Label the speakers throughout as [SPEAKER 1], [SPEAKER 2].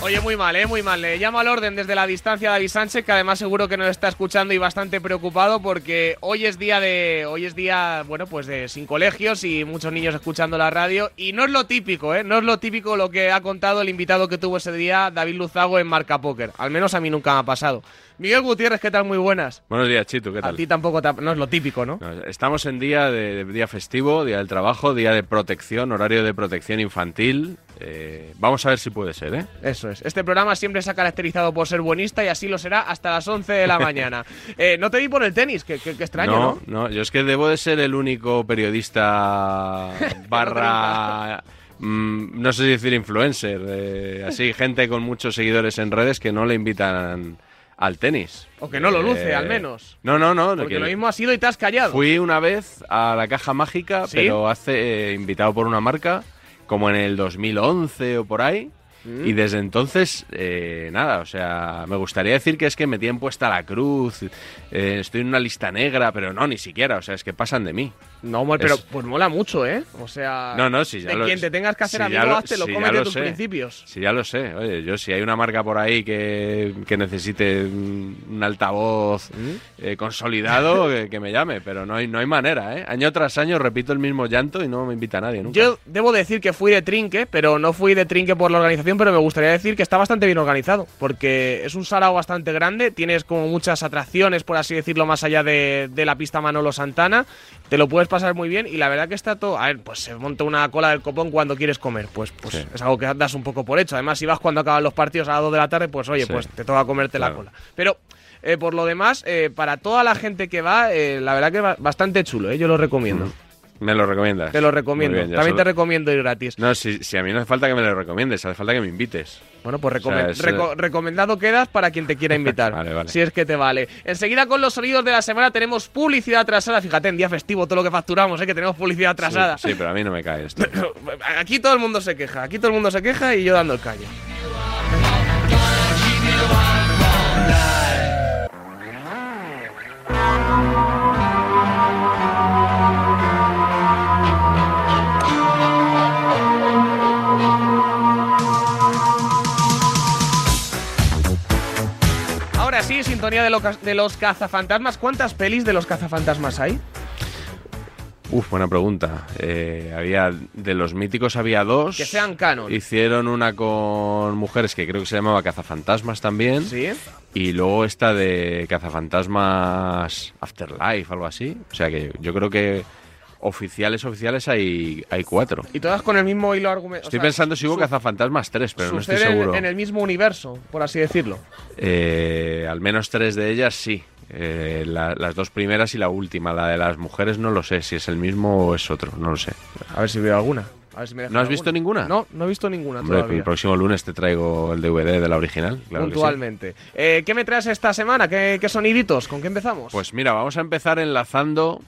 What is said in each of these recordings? [SPEAKER 1] Oye, muy mal, ¿eh? Muy mal. Le llamo al orden desde la distancia a David Sánchez, que además seguro que nos está escuchando y bastante preocupado porque hoy es día de. Hoy es día, bueno, pues de sin colegios y muchos niños escuchando la radio. Y no es lo típico, ¿eh? No es lo típico lo que ha contado el invitado que tuvo ese día, David Luzago, en Marca Póker. Al menos a mí nunca me ha pasado. Miguel Gutiérrez, ¿qué tal? Muy buenas.
[SPEAKER 2] Buenos días, Chito, ¿qué tal?
[SPEAKER 1] A ti tampoco te ha- no es lo típico, ¿no?
[SPEAKER 2] No, Estamos en día de, de- día festivo, día del trabajo, día de protección, horario de protección infantil. Eh, vamos a ver si puede ser, ¿eh?
[SPEAKER 1] Eso es. Este programa siempre se ha caracterizado por ser buenista y así lo será hasta las 11 de la mañana. Eh, no te di por el tenis, que, que- que extraño, ¿no?
[SPEAKER 2] no, yo es que debo de ser el único periodista barra... mm, no sé si decir influencer, eh, así gente con muchos seguidores en redes que no le invitan al tenis.
[SPEAKER 1] O que no lo luce,
[SPEAKER 2] Eh,
[SPEAKER 1] al menos.
[SPEAKER 2] No, no, no.
[SPEAKER 1] Porque
[SPEAKER 2] que-
[SPEAKER 1] lo mismo ha sido y te has callado.
[SPEAKER 2] Fui una vez a la caja mágica,
[SPEAKER 1] ¿Sí?
[SPEAKER 2] pero hace eh, invitado por una marca, como en el 2011 o por ahí.
[SPEAKER 1] Mm.
[SPEAKER 2] Y desde entonces, eh, nada, o sea, me gustaría decir que es que me tienen puesta la cruz, eh, estoy en una lista negra, pero no, ni siquiera, o sea, es que pasan de mí.
[SPEAKER 1] No, hombre, pero
[SPEAKER 2] Es-
[SPEAKER 1] pues mola mucho, ¿eh? O sea,
[SPEAKER 2] No, no, si ya
[SPEAKER 1] de
[SPEAKER 2] lo-
[SPEAKER 1] quien te tengas que hacer
[SPEAKER 2] si ya
[SPEAKER 1] amigo,
[SPEAKER 2] lo-
[SPEAKER 1] hazte lo
[SPEAKER 2] si ya
[SPEAKER 1] cómete
[SPEAKER 2] lo
[SPEAKER 1] tus
[SPEAKER 2] sé.
[SPEAKER 1] principios.
[SPEAKER 2] Si ya lo sé, oye, yo si hay una marca por ahí que, que necesite un, un altavoz
[SPEAKER 1] Mm.
[SPEAKER 2] eh, consolidado, que, que me llame, pero no hay, no hay manera, ¿eh? Año tras año repito el mismo llanto y no me invita nadie nunca.
[SPEAKER 1] Yo debo decir que fui de trinque, pero no fui de trinque por la organización, pero me gustaría decir que está bastante bien organizado, porque es un sarao bastante grande, tienes como muchas atracciones, por así decirlo, más allá de, de la pista Manolo Santana, te lo puedes pasar muy bien y la verdad que está todo... A ver, pues se monta una cola del copón cuando quieres comer, pues, pues
[SPEAKER 2] Sí.
[SPEAKER 1] es algo que das un poco por hecho, además si vas cuando acaban los partidos a las 2 de la tarde, pues oye,
[SPEAKER 2] Sí.
[SPEAKER 1] pues te toca comerte la
[SPEAKER 2] Claro.
[SPEAKER 1] cola. Pero... eh, por lo demás, eh, para toda la gente que va, eh, la verdad que va- bastante chulo, eh, yo lo recomiendo.
[SPEAKER 2] Me lo recomiendas.
[SPEAKER 1] Te lo recomiendo.
[SPEAKER 2] Mm. Muy bien, ya
[SPEAKER 1] También te
[SPEAKER 2] solo-
[SPEAKER 1] recomiendo ir gratis.
[SPEAKER 2] No, si, si a mí no hace falta que me lo recomiendes, hace falta que me invites.
[SPEAKER 1] Bueno, pues
[SPEAKER 2] sea,
[SPEAKER 1] recomen-
[SPEAKER 2] es,
[SPEAKER 1] reco-
[SPEAKER 2] eh,
[SPEAKER 1] recomendado quedas para quien te quiera invitar.
[SPEAKER 2] Vale, vale.
[SPEAKER 1] Si es que te vale. Enseguida con los sonidos de la semana tenemos publicidad atrasada. Fíjate, en día festivo todo lo que facturamos, ¿eh? que tenemos publicidad atrasada.
[SPEAKER 2] Sí, sí, pero a mí no me cae esto.
[SPEAKER 1] Aquí todo el mundo se queja, aquí todo el mundo se queja y yo dando el callo. Ahora sí, sintonía de, lo ca- de los cazafantasmas. ¿Cuántas pelis de los cazafantasmas hay?
[SPEAKER 2] Uf, buena pregunta. Eh, había de los míticos había dos.
[SPEAKER 1] Que sean canon.
[SPEAKER 2] Hicieron una con mujeres que creo que se llamaba Cazafantasmas también.
[SPEAKER 1] Sí.
[SPEAKER 2] Y luego esta de Cazafantasmas Afterlife, algo así. O sea que yo creo que oficiales, oficiales hay, hay cuatro.
[SPEAKER 1] Y todas con el mismo hilo argumental.
[SPEAKER 2] Estoy pensando si hubo Cazafantasmas tres, pero no estoy
[SPEAKER 1] sucede en-
[SPEAKER 2] seguro.
[SPEAKER 1] en el mismo universo, por así decirlo.
[SPEAKER 2] Eh, al menos tres de ellas sí. Eh, la- las dos primeras y la última. La de las mujeres no lo sé, si es el mismo o es otro, no lo sé.
[SPEAKER 1] A ver si veo alguna. A ver si me dejan
[SPEAKER 2] ¿No has
[SPEAKER 1] alguna.
[SPEAKER 2] visto ninguna?
[SPEAKER 1] No, no he visto ninguna
[SPEAKER 2] Hombre, el
[SPEAKER 1] todavía.
[SPEAKER 2] próximo lunes te traigo el DVD de la original, claro que sí.
[SPEAKER 1] puntualmente. Eh, ¿Qué me traes esta semana? ¿Qué, qué soniditos? ¿Con qué empezamos?
[SPEAKER 2] Pues mira, vamos a empezar enlazando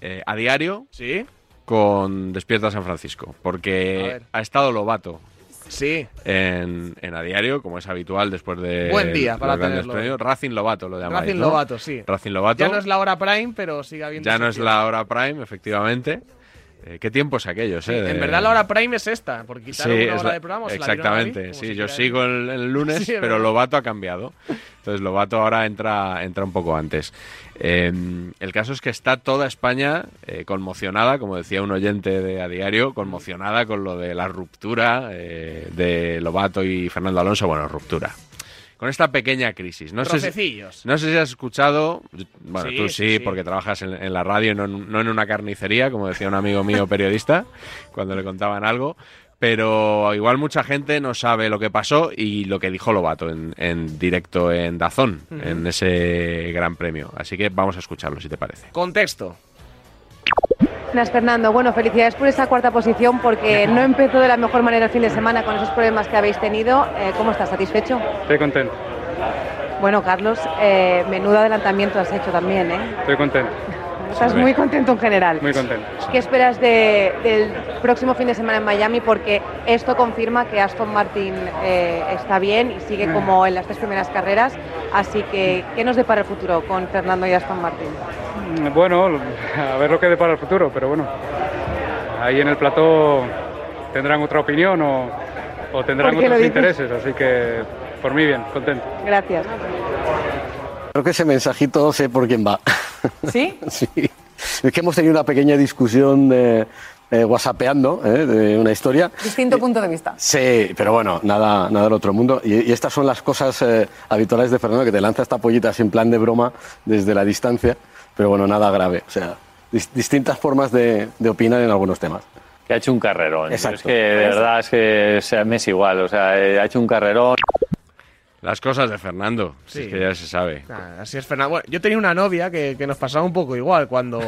[SPEAKER 2] eh, a diario
[SPEAKER 1] Sí,
[SPEAKER 2] con Despierta San Francisco,
[SPEAKER 1] A
[SPEAKER 2] porque
[SPEAKER 1] ver.
[SPEAKER 2] ha estado Lobato
[SPEAKER 1] sí.
[SPEAKER 2] en, en a diario, como es habitual después de
[SPEAKER 1] Buen día
[SPEAKER 2] los
[SPEAKER 1] para
[SPEAKER 2] grandes
[SPEAKER 1] tenerlo.
[SPEAKER 2] premios. Racing Lobato lo llamáis,
[SPEAKER 1] Racing
[SPEAKER 2] ¿no?
[SPEAKER 1] Lobato, sí.
[SPEAKER 2] Racing Lobato.
[SPEAKER 1] Ya no es la hora prime, pero sigue habiendo.
[SPEAKER 2] Ya
[SPEAKER 1] su
[SPEAKER 2] no es
[SPEAKER 1] tiempo.
[SPEAKER 2] la hora prime, efectivamente. Eh, ¿Qué tiempos aquellos, eh?
[SPEAKER 1] En
[SPEAKER 2] de-
[SPEAKER 1] verdad la hora prime es esta, porque
[SPEAKER 2] Sí,
[SPEAKER 1] quitaron una
[SPEAKER 2] es
[SPEAKER 1] hora
[SPEAKER 2] la-
[SPEAKER 1] de programa. o se la dieron a mí,
[SPEAKER 2] Exactamente,
[SPEAKER 1] como
[SPEAKER 2] sí,
[SPEAKER 1] se
[SPEAKER 2] yo
[SPEAKER 1] quiera
[SPEAKER 2] sigo el, el lunes,
[SPEAKER 1] Sí, es
[SPEAKER 2] pero
[SPEAKER 1] verdad.
[SPEAKER 2] Lobato ha cambiado. Entonces Lobato ahora entra, entra un poco antes. Eh, el caso es que está toda España eh, conmocionada, como decía un oyente de a diario, conmocionada con lo de la ruptura eh, de Lobato y Fernando Alonso. Bueno, ruptura. Con esta pequeña crisis. No sé si-
[SPEAKER 1] Trocecillos.
[SPEAKER 2] no sé si has escuchado, bueno,
[SPEAKER 1] Sí,
[SPEAKER 2] tú
[SPEAKER 1] sí,
[SPEAKER 2] sí,
[SPEAKER 1] sí.
[SPEAKER 2] porque trabajas en, en la radio y no en, no en una carnicería, como decía un amigo mío periodista, cuando le contaban algo, pero igual mucha gente no sabe lo que pasó y lo que dijo Lobato en, en directo en Dazón,
[SPEAKER 1] Ujú.
[SPEAKER 2] en ese gran premio. Así que vamos a escucharlo, si te parece.
[SPEAKER 1] Contexto.
[SPEAKER 3] Buenas, Fernando. Bueno, felicidades por esa cuarta posición porque no empezó de la mejor manera el fin de semana con esos problemas que habéis tenido. Eh, ¿Cómo estás? ¿Satisfecho?
[SPEAKER 4] Estoy contento,
[SPEAKER 3] Bueno, Carlos, eh, menudo adelantamiento has hecho también, ¿eh?
[SPEAKER 4] estoy contento,
[SPEAKER 3] Estás
[SPEAKER 2] Sí,
[SPEAKER 3] muy
[SPEAKER 2] ve.
[SPEAKER 3] contento en general.
[SPEAKER 4] muy contento.
[SPEAKER 3] ¿Qué esperas de- del próximo fin de semana en Miami? Porque esto confirma que Aston Martin eh, está bien y
[SPEAKER 4] Mm.
[SPEAKER 3] sigue como en las tres primeras carreras. Así que, ¿qué nos depara el futuro con Fernando y Aston Martin?
[SPEAKER 4] Mm, Bueno, a ver lo que depara el futuro, pero bueno, ahí en el plató tendrán otra opinión o, o tendrán
[SPEAKER 3] ¿Por qué lo
[SPEAKER 4] otros
[SPEAKER 3] dices?
[SPEAKER 4] intereses, así que por mí bien, contento.
[SPEAKER 3] Gracias.
[SPEAKER 5] Creo que ese mensajito sé por quién va.
[SPEAKER 3] ¿Sí?
[SPEAKER 5] Sí. Es que hemos tenido una pequeña discusión eh, eh, whatsappeando eh, de una historia.
[SPEAKER 6] Distinto punto de vista.
[SPEAKER 5] Sí, pero bueno, nada, nada del otro mundo. Y, y estas son las cosas eh, habituales de Fernando, que te lanza esta pollita así en plan de broma desde la distancia, pero bueno, nada grave. O sea, dis- distintas formas de, de opinar en algunos temas.
[SPEAKER 7] Que ha hecho un carrerón.
[SPEAKER 5] Exacto.
[SPEAKER 7] Es que de verdad es que o sea, me es igual. O sea, eh, ha hecho un carrerón.
[SPEAKER 2] Las cosas de Fernando, si
[SPEAKER 1] Sí.
[SPEAKER 2] es que ya se sabe.
[SPEAKER 1] Ah, Así es, Fernando. Bueno, yo tenía una novia que, que nos pasaba un poco igual cuando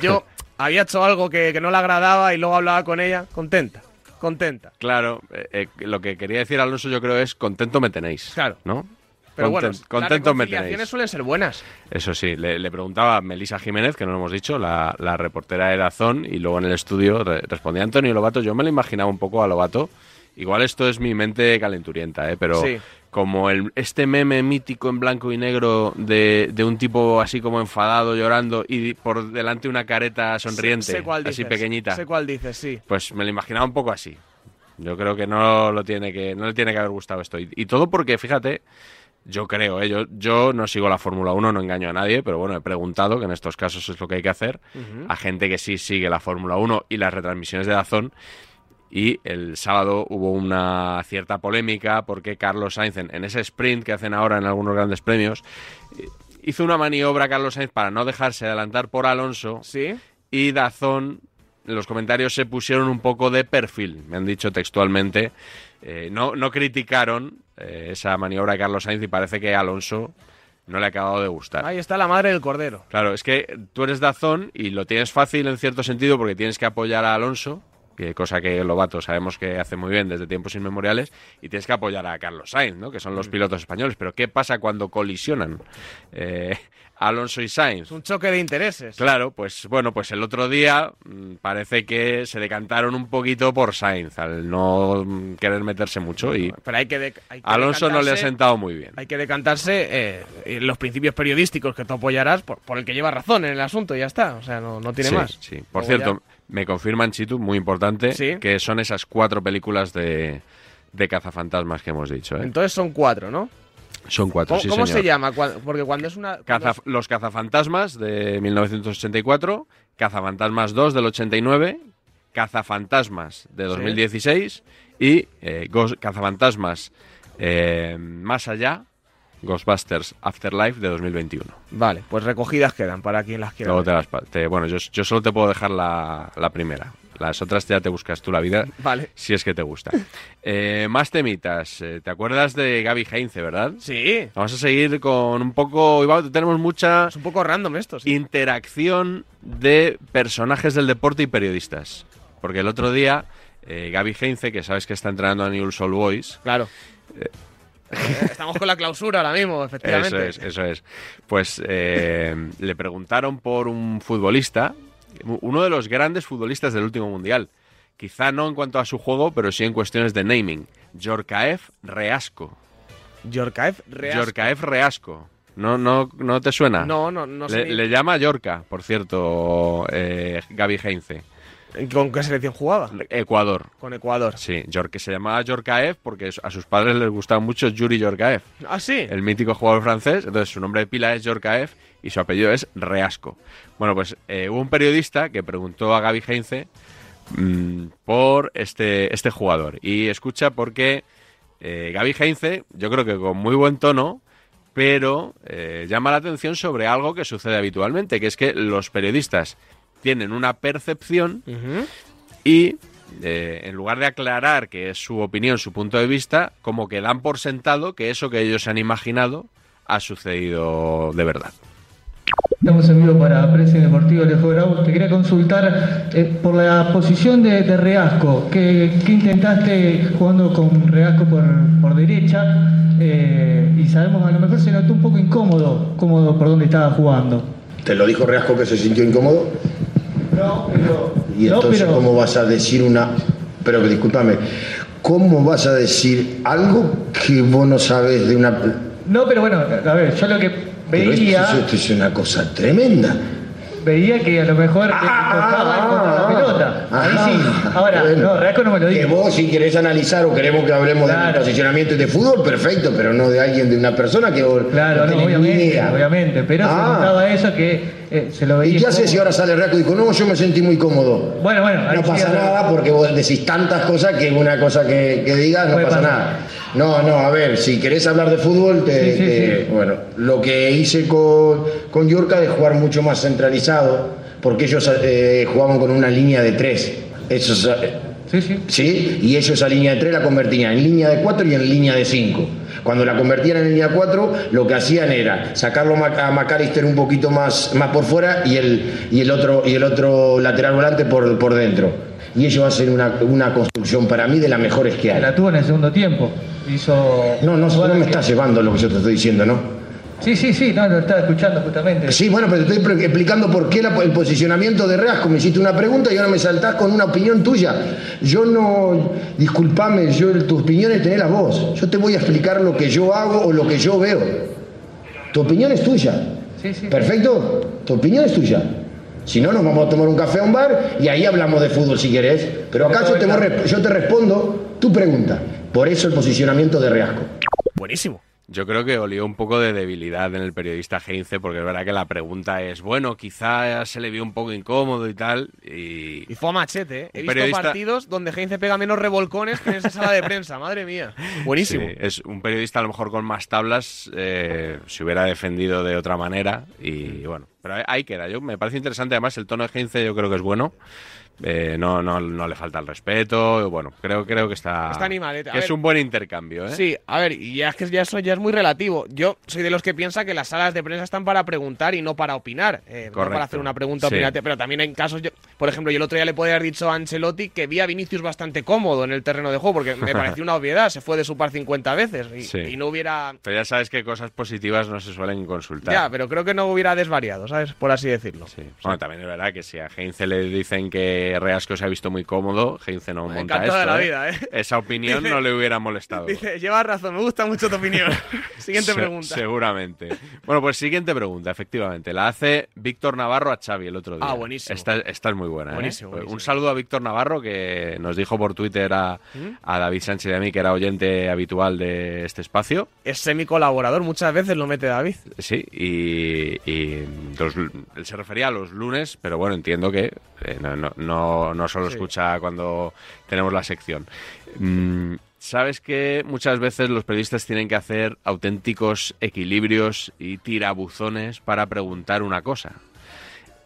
[SPEAKER 1] yo había hecho algo que, que no le agradaba y luego hablaba con ella. Contenta, contenta.
[SPEAKER 2] Claro, eh, eh, lo que quería decir Alonso yo creo es contento me tenéis.
[SPEAKER 1] Claro.
[SPEAKER 2] ¿No?
[SPEAKER 1] Pero
[SPEAKER 2] Conten-
[SPEAKER 1] bueno,
[SPEAKER 2] contento me
[SPEAKER 1] las reconciliaciones
[SPEAKER 2] tenéis.
[SPEAKER 1] suelen ser buenas.
[SPEAKER 2] Eso sí, le, le preguntaba a Melisa Jiménez, que no lo hemos dicho, la, la reportera era Zon, y luego en el estudio re- respondía Antonio Lobato. Yo me lo imaginaba un poco a Lobato. Igual esto es mi mente calenturienta, ¿eh? pero
[SPEAKER 1] Sí.
[SPEAKER 2] como el, este meme mítico en blanco y negro de, de un tipo así como enfadado, llorando, y por delante una careta sonriente,
[SPEAKER 1] Sé- sé cuál
[SPEAKER 2] así
[SPEAKER 1] dices,
[SPEAKER 2] pequeñita,
[SPEAKER 1] Sé cuál dices, sí.
[SPEAKER 2] pues me lo imaginaba un poco así. Yo creo que no lo tiene que no le tiene que haber gustado esto. Y, y todo porque, fíjate, yo creo, ¿eh? yo, yo no sigo la Fórmula 1, no engaño a nadie, pero bueno, he preguntado, que en estos casos es lo que hay que hacer, a gente que sí sigue la Fórmula 1 y las retransmisiones de Dazón. Y el sábado hubo una cierta polémica porque Carlos Sainz, en, en ese sprint que hacen ahora en algunos grandes premios, eh, hizo una maniobra Carlos Sainz para no dejarse adelantar por Alonso
[SPEAKER 1] Sí.
[SPEAKER 2] y Dazón, los comentarios se pusieron un poco de perfil, me han dicho textualmente. Eh, no, no criticaron eh, esa maniobra de Carlos Sainz y parece que Alonso no le ha acabado de gustar.
[SPEAKER 1] Ahí está la madre del cordero.
[SPEAKER 2] Claro, es que tú eres Dazón y lo tienes fácil en cierto sentido porque tienes que apoyar a Alonso, que- cosa que Lobato sabemos que hace muy bien desde tiempos inmemoriales, y tienes que apoyar a Carlos Sainz, ¿no? que son
[SPEAKER 1] Mm.
[SPEAKER 2] los pilotos españoles. Pero ¿qué pasa cuando colisionan eh, Alonso y Sainz?
[SPEAKER 1] Es un choque de intereses.
[SPEAKER 2] Claro, pues bueno, pues el otro día mm, parece que se decantaron un poquito por Sainz al no mm, querer meterse mucho y
[SPEAKER 1] Pero hay que, de- hay que
[SPEAKER 2] Alonso no le ha
[SPEAKER 1] decantarse-
[SPEAKER 2] sentado muy bien.
[SPEAKER 1] Hay que decantarse eh, en los principios periodísticos que tú apoyarás por, por el que lleva razón en el asunto y ya está. O sea, no, no tiene
[SPEAKER 2] Sí,
[SPEAKER 1] más.
[SPEAKER 2] sí. Por
[SPEAKER 1] Luego
[SPEAKER 2] cierto, me confirman Chitu, muy importante,
[SPEAKER 1] Sí.
[SPEAKER 2] que son esas cuatro películas de, de cazafantasmas que hemos dicho.
[SPEAKER 1] ya-
[SPEAKER 2] ¿eh?
[SPEAKER 1] Entonces son cuatro, ¿no?
[SPEAKER 2] Son cuatro,
[SPEAKER 1] ¿Cómo,
[SPEAKER 2] sí,
[SPEAKER 1] cómo
[SPEAKER 2] señor.
[SPEAKER 1] se llama? Cua- Porque cuando es una... cuando
[SPEAKER 2] Caza- los cazafantasmas de 1984, cazafantasmas 2 del 89, cazafantasmas de 2016 y eh, Ghost- cazafantasmas eh, más allá, Ghostbusters Afterlife de 2021.
[SPEAKER 1] es- Vale, pues recogidas quedan para quien las quiera.
[SPEAKER 2] Luego
[SPEAKER 1] ver.
[SPEAKER 2] te las pa- te- bueno, yo, yo solo te puedo dejar la, la primera. Las otras ya te buscas tú la vida.
[SPEAKER 1] Vale.
[SPEAKER 2] Si es que te gusta. Eh, más temitas. Eh, ¿Te acuerdas de Gaby Heinze, verdad?
[SPEAKER 1] Sí,
[SPEAKER 2] Vamos a seguir con un poco. Iba- Tenemos mucha
[SPEAKER 1] es un poco random esto, sí.
[SPEAKER 2] interacción de personajes del deporte y periodistas. Porque el otro día, eh, Gaby Heinze, que sabes que está entrenando a Newell's Old Boys,
[SPEAKER 1] Claro. Eh, Estamos con la clausura ahora mismo, efectivamente.
[SPEAKER 2] eso es, eh. eso es, pues eh, le preguntaron por un futbolista, uno de los grandes futbolistas del último mundial. Quizá no en cuanto a su juego, pero sí en cuestiones de naming. Yorkaev Reasco.
[SPEAKER 1] Yorkaev Reasco.
[SPEAKER 2] Yorkaev Reasco. No, no, no te suena.
[SPEAKER 1] No, no, no sé.
[SPEAKER 2] le,
[SPEAKER 1] ni-
[SPEAKER 2] le llama Yorka, por cierto, eh, Gaby Heinze.
[SPEAKER 1] ¿Con qué selección jugaba?
[SPEAKER 2] Ecuador.
[SPEAKER 1] Con Ecuador.
[SPEAKER 2] Sí, Yor- que se llamaba Yorkaev porque a sus padres les gustaba mucho Yuri Yorkaev,
[SPEAKER 1] Ah, sí.
[SPEAKER 2] el mítico jugador francés. Entonces su nombre de pila es Yorkaev y su apellido es Reasco. Bueno, pues eh, hubo un periodista que preguntó a Gaby Heinze mm, por este, este jugador. Y escucha porque eh, Gaby Heinze, yo creo que con muy buen tono, pero eh, llama la atención sobre algo que sucede habitualmente, que es que los periodistas tienen una percepción
[SPEAKER 1] Ujú.
[SPEAKER 2] y eh, en lugar de aclarar que es su opinión, su punto de vista, como que dan por sentado que eso que ellos han imaginado ha sucedido de verdad.
[SPEAKER 8] Estamos en vivo para Pressing Deportivo Alejo Grau. Te quería consultar eh, por la posición de, de Reasco. ¿Qué, qué intentaste jugando con Reasco por, por derecha? Eh, y sabemos, a lo mejor se notó un poco incómodo, cómodo por donde estaba jugando.
[SPEAKER 9] ¿Te lo dijo Reasco que se sintió incómodo?
[SPEAKER 8] No, pero.
[SPEAKER 9] Y entonces,
[SPEAKER 8] no, pero,
[SPEAKER 9] ¿cómo vas a decir una... Pero discúlpame, ¿cómo vas a decir algo que vos no sabes de una...
[SPEAKER 8] no, pero bueno, a ver, yo lo que
[SPEAKER 9] Pero esto,
[SPEAKER 8] veía.
[SPEAKER 9] es- esto es una cosa tremenda.
[SPEAKER 8] veía que a lo mejor le tocaba
[SPEAKER 10] Ah,
[SPEAKER 8] él contra la pelota. Ahí sí. Ahora,
[SPEAKER 10] bueno.
[SPEAKER 8] no, Reaco no me lo
[SPEAKER 10] Que
[SPEAKER 8] dijo.
[SPEAKER 10] vos, si querés analizar o queremos que hablemos de
[SPEAKER 8] Claro.
[SPEAKER 10] posicionamiento y de fútbol, perfecto, pero no de alguien, de una persona que vos
[SPEAKER 8] Claro, no,
[SPEAKER 10] tenés ni
[SPEAKER 8] obviamente,
[SPEAKER 10] idea.
[SPEAKER 8] obviamente. Pero se
[SPEAKER 10] Ah.
[SPEAKER 8] notaba eso que eh, se lo veía.
[SPEAKER 10] ¿Y qué hace
[SPEAKER 8] como-
[SPEAKER 10] si ahora sale Raco y dijo, no, yo me sentí muy cómodo?
[SPEAKER 8] Bueno, bueno, ahí
[SPEAKER 10] No
[SPEAKER 8] sí
[SPEAKER 10] pasa
[SPEAKER 8] era-
[SPEAKER 10] nada porque vos decís tantas cosas que una cosa que, que digas no
[SPEAKER 8] Puede
[SPEAKER 10] pasa
[SPEAKER 8] pasar.
[SPEAKER 10] nada. No, no, a ver, si querés hablar de fútbol, te,
[SPEAKER 8] Sí, sí,
[SPEAKER 10] te- Eh, bueno, lo que hice con, con Yorca de jugar mucho más centralizado, porque ellos eh, jugaban con una línea de tres. Eso es, eh,
[SPEAKER 8] Sí, sí.
[SPEAKER 10] ¿sí? Y ellos esa línea de 3 la convertían en línea de 4 y en línea de 5. Cuando la convertían en línea 4, lo que hacían era sacarlo a Mac- a McAllister un poquito más, más por fuera y el, y el, otro, y el otro lateral volante por, por dentro. Y ellos hacen una, una construcción para mí de las mejores que
[SPEAKER 8] Se
[SPEAKER 10] hay.
[SPEAKER 8] la tuvo en el segundo tiempo. Hizo.
[SPEAKER 10] No, no, no
[SPEAKER 8] jugadas
[SPEAKER 10] me
[SPEAKER 8] que-
[SPEAKER 10] estás llevando lo que yo te estoy diciendo, ¿no?
[SPEAKER 8] Sí, sí, sí, no, lo estaba escuchando justamente.
[SPEAKER 10] Sí, bueno, pero te estoy pre- explicando por qué la- el posicionamiento de Rasco. Me hiciste una pregunta y ahora me saltás con una opinión tuya. Yo no. Disculpame, yo, tus opiniones tenés las vos. Yo te voy a explicar lo que yo hago o lo que yo veo. Tu opinión es tuya.
[SPEAKER 8] Sí, sí.
[SPEAKER 10] Perfecto, tu opinión es tuya. Si no, nos vamos a tomar un café a un bar y ahí hablamos de fútbol si querés. Pero acá yo te, voy a resp- yo te respondo tu pregunta. Por eso el posicionamiento de Rasco.
[SPEAKER 1] Buenísimo.
[SPEAKER 2] Yo creo que olió un poco de debilidad en el periodista Heinze, porque es verdad que la pregunta es, bueno, quizás se le vio un poco incómodo y tal, y...
[SPEAKER 1] Y fue a machete, ¿eh? He
[SPEAKER 2] Un
[SPEAKER 1] visto
[SPEAKER 2] periodista-
[SPEAKER 1] partidos donde Heinze pega menos revolcones que en esa sala de prensa, madre mía. Buenísimo.
[SPEAKER 2] Sí, ¿eh? es un periodista a lo mejor con más tablas, eh, se hubiera defendido de otra manera,
[SPEAKER 1] Mm.
[SPEAKER 2] y bueno, pero ahí- ahí queda. Yo, me parece interesante, además el tono de Heinze yo creo que es bueno, Eh, no, no, no le falta el respeto, bueno, creo, creo que está...
[SPEAKER 1] Está animaleta. A
[SPEAKER 2] que es
[SPEAKER 1] ver.
[SPEAKER 2] un buen intercambio, ¿eh?
[SPEAKER 1] Sí, a ver, y ya es que ya eso ya es muy relativo. Yo soy de los que piensa que las salas de prensa están para preguntar y no para opinar. eh, no
[SPEAKER 2] Correcto.
[SPEAKER 1] para hacer una pregunta
[SPEAKER 2] Sí.
[SPEAKER 1] opinante, pero también en casos. yo- por ejemplo, yo el otro día le podía haber dicho a Ancelotti que vi a Vinicius bastante cómodo en el terreno de juego, porque me pareció una obviedad. Se fue de su par 50 veces y,
[SPEAKER 2] Sí.
[SPEAKER 1] y no hubiera.
[SPEAKER 2] Pero ya sabes que cosas positivas no se suelen consultar.
[SPEAKER 1] Ya, pero creo que no hubiera desvariado, ¿sabes? Por así decirlo.
[SPEAKER 2] Sí. Bueno, también es verdad que si a Heinze le dicen que Reasco se ha visto muy cómodo, Heinze no
[SPEAKER 1] Me
[SPEAKER 2] monta
[SPEAKER 1] encanta
[SPEAKER 2] esto.
[SPEAKER 1] de la
[SPEAKER 2] ¿eh?
[SPEAKER 1] vida, ¿eh?
[SPEAKER 2] Esa opinión
[SPEAKER 1] Dice-
[SPEAKER 2] no le hubiera molestado.
[SPEAKER 1] Dice, llevas razón, me gusta mucho tu opinión. Siguiente
[SPEAKER 2] Se-
[SPEAKER 1] pregunta.
[SPEAKER 2] Seguramente. Bueno, pues siguiente pregunta, efectivamente. La hace Víctor Navarro a Xavi el otro día.
[SPEAKER 1] Ah, buenísimo.
[SPEAKER 2] Esta, esta es muy buena. ¿eh?
[SPEAKER 1] Buenísimo, buenísimo.
[SPEAKER 2] Un saludo a Víctor Navarro que nos dijo por Twitter a,
[SPEAKER 1] ¿Mm?
[SPEAKER 2] a David Sánchez y a mí, que era oyente habitual de este espacio.
[SPEAKER 1] Es semi-colaborador, muchas veces lo mete David.
[SPEAKER 2] Sí, y, y los lu- él se refería a los lunes, pero bueno, entiendo que eh, no, no, no, no solo
[SPEAKER 1] Sí.
[SPEAKER 2] escucha cuando tenemos la sección. Mm, Sabes que muchas veces los periodistas tienen que hacer auténticos equilibrios y tirabuzones para preguntar una cosa.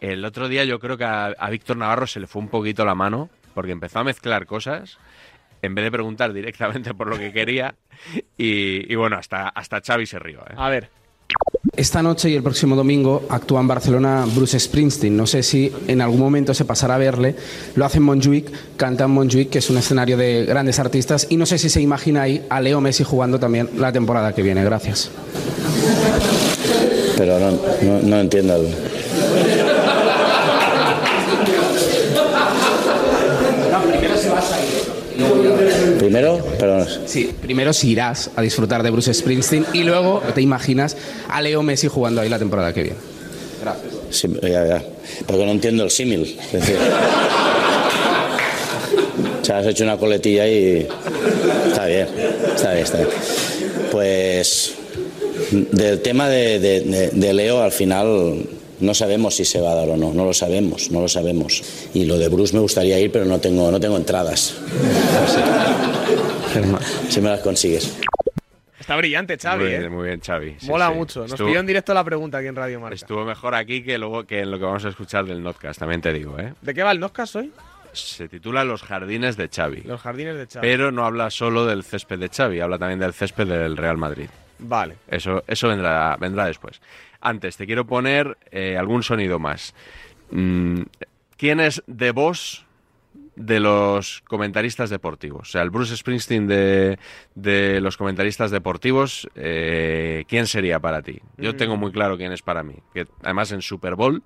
[SPEAKER 2] El otro día yo creo que a, a Víctor Navarro se le fue un poquito la mano porque empezó a mezclar cosas en vez de preguntar directamente por lo que quería y, y bueno, hasta, hasta Xavi se rió. ¿eh?
[SPEAKER 1] A ver.
[SPEAKER 6] Esta noche y el próximo domingo actúa en Barcelona Bruce Springsteen. No sé si en algún momento se pasará a verle. Lo hace en Montjuic, canta en Montjuic, que es un escenario de grandes artistas. Y no sé si se imagina ahí a Leo Messi jugando también la temporada que viene. Gracias.
[SPEAKER 7] Pero no, no, no entiendo. el- Primero, perdón.
[SPEAKER 6] Sí, primero si irás a disfrutar de Bruce Springsteen y luego te imaginas a Leo Messi jugando ahí la temporada que viene.
[SPEAKER 7] Sí, eh, ya, ya. Porque no entiendo el símil. es decir. O sea, has hecho una coletilla y. Está bien, está bien, está bien. Pues. Del tema de, de- de- de Leo, al final. No sabemos si se va a dar o no, no lo sabemos, no lo sabemos. Y lo de Bruce me gustaría ir, pero no tengo, no tengo entradas. Si me las consigues.
[SPEAKER 1] Está brillante, Xavi,
[SPEAKER 2] muy,
[SPEAKER 1] ¿eh?
[SPEAKER 2] bien, muy bien, Xavi. Sí,
[SPEAKER 1] Mola
[SPEAKER 2] sí.
[SPEAKER 1] mucho. Nos
[SPEAKER 2] Estuvo-
[SPEAKER 1] pidió en directo la pregunta aquí en Radio Marca.
[SPEAKER 2] Estuvo mejor aquí que luego que en lo que vamos a escuchar del Notcast, también te digo, ¿eh?
[SPEAKER 1] ¿De qué va el Noscas hoy?
[SPEAKER 2] Se titula Los jardines de Xavi,
[SPEAKER 1] Los jardines de Xavi.
[SPEAKER 2] pero no habla solo del césped de Xavi, habla también del césped del Real Madrid.
[SPEAKER 1] Vale.
[SPEAKER 2] Eso, eso vendrá, vendrá después. Antes, te quiero poner eh, algún sonido más. Mm, ¿Quién es de voz de los comentaristas deportivos? O sea, el Bruce Springsteen de, de los comentaristas deportivos, eh, ¿quién sería para ti?
[SPEAKER 1] Mm.
[SPEAKER 2] Yo tengo muy claro quién es para mí. Que además en Super Bowl,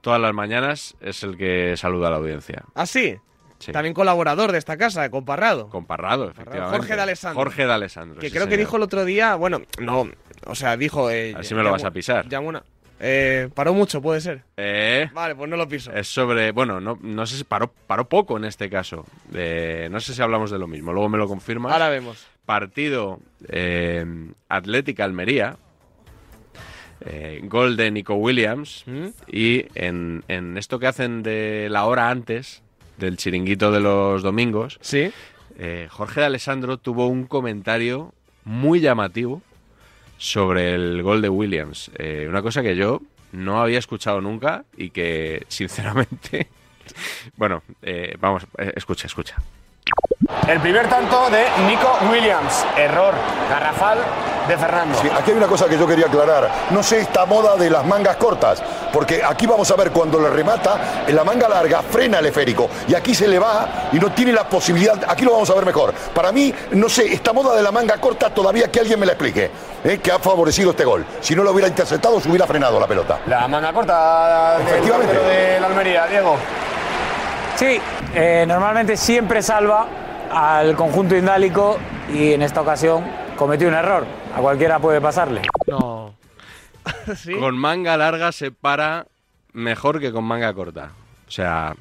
[SPEAKER 2] todas las mañanas es el que saluda a la audiencia.
[SPEAKER 1] Ah, sí.
[SPEAKER 2] Sí.
[SPEAKER 1] También colaborador de esta casa, comparrado.
[SPEAKER 2] Con Parrado, efectivamente.
[SPEAKER 1] Jorge de Alessandro.
[SPEAKER 2] Jorge de Alessandro,
[SPEAKER 1] que
[SPEAKER 2] sí,
[SPEAKER 1] creo que
[SPEAKER 2] señor.
[SPEAKER 1] dijo el otro día, bueno, no, o sea, dijo. eh,
[SPEAKER 2] A ver si me lo
[SPEAKER 1] llamo-
[SPEAKER 2] vas a pisar.
[SPEAKER 1] llamo una- Eh, paró mucho, puede ser.
[SPEAKER 2] Eh,
[SPEAKER 1] Vale, pues no lo piso.
[SPEAKER 2] es sobre, bueno, no, no sé si paró, paró poco en este caso. Eh, no sé si hablamos de lo mismo, luego me lo confirmas.
[SPEAKER 1] Ahora vemos.
[SPEAKER 2] Partido eh, Atlética Almería. eh, gol de Nico Williams.
[SPEAKER 1] ¿Mm?
[SPEAKER 2] Y en, en esto que hacen de la hora antes, del chiringuito de los domingos, eh, Jorge de Alessandro tuvo un comentario muy llamativo sobre el gol de Williams. Eh, una cosa que yo no había escuchado nunca y que, sinceramente, bueno, eh, vamos, eh, escucha, escucha.
[SPEAKER 11] El primer tanto de Nico Williams. Error. Garrafal de Fernando.
[SPEAKER 12] Sí, aquí hay una cosa que yo quería aclarar. No sé esta moda de las mangas cortas, porque aquí vamos a ver cuando le remata, en la manga larga frena el esférico y aquí se le va y no tiene la posibilidad. Aquí lo vamos a ver mejor. Para mí, no sé, esta moda de la manga corta todavía que alguien me la explique, ¿eh? que ha favorecido este gol. Si no lo hubiera interceptado, se hubiera frenado la pelota.
[SPEAKER 11] La manga corta del
[SPEAKER 12] Efectivamente.
[SPEAKER 11] portero de la Almería, Diego.
[SPEAKER 13] Sí, eh, normalmente siempre salva al conjunto indálico y en esta ocasión cometió un error. A cualquiera puede pasarle.
[SPEAKER 1] No.
[SPEAKER 2] Con manga larga se para mejor que con manga corta. O sea,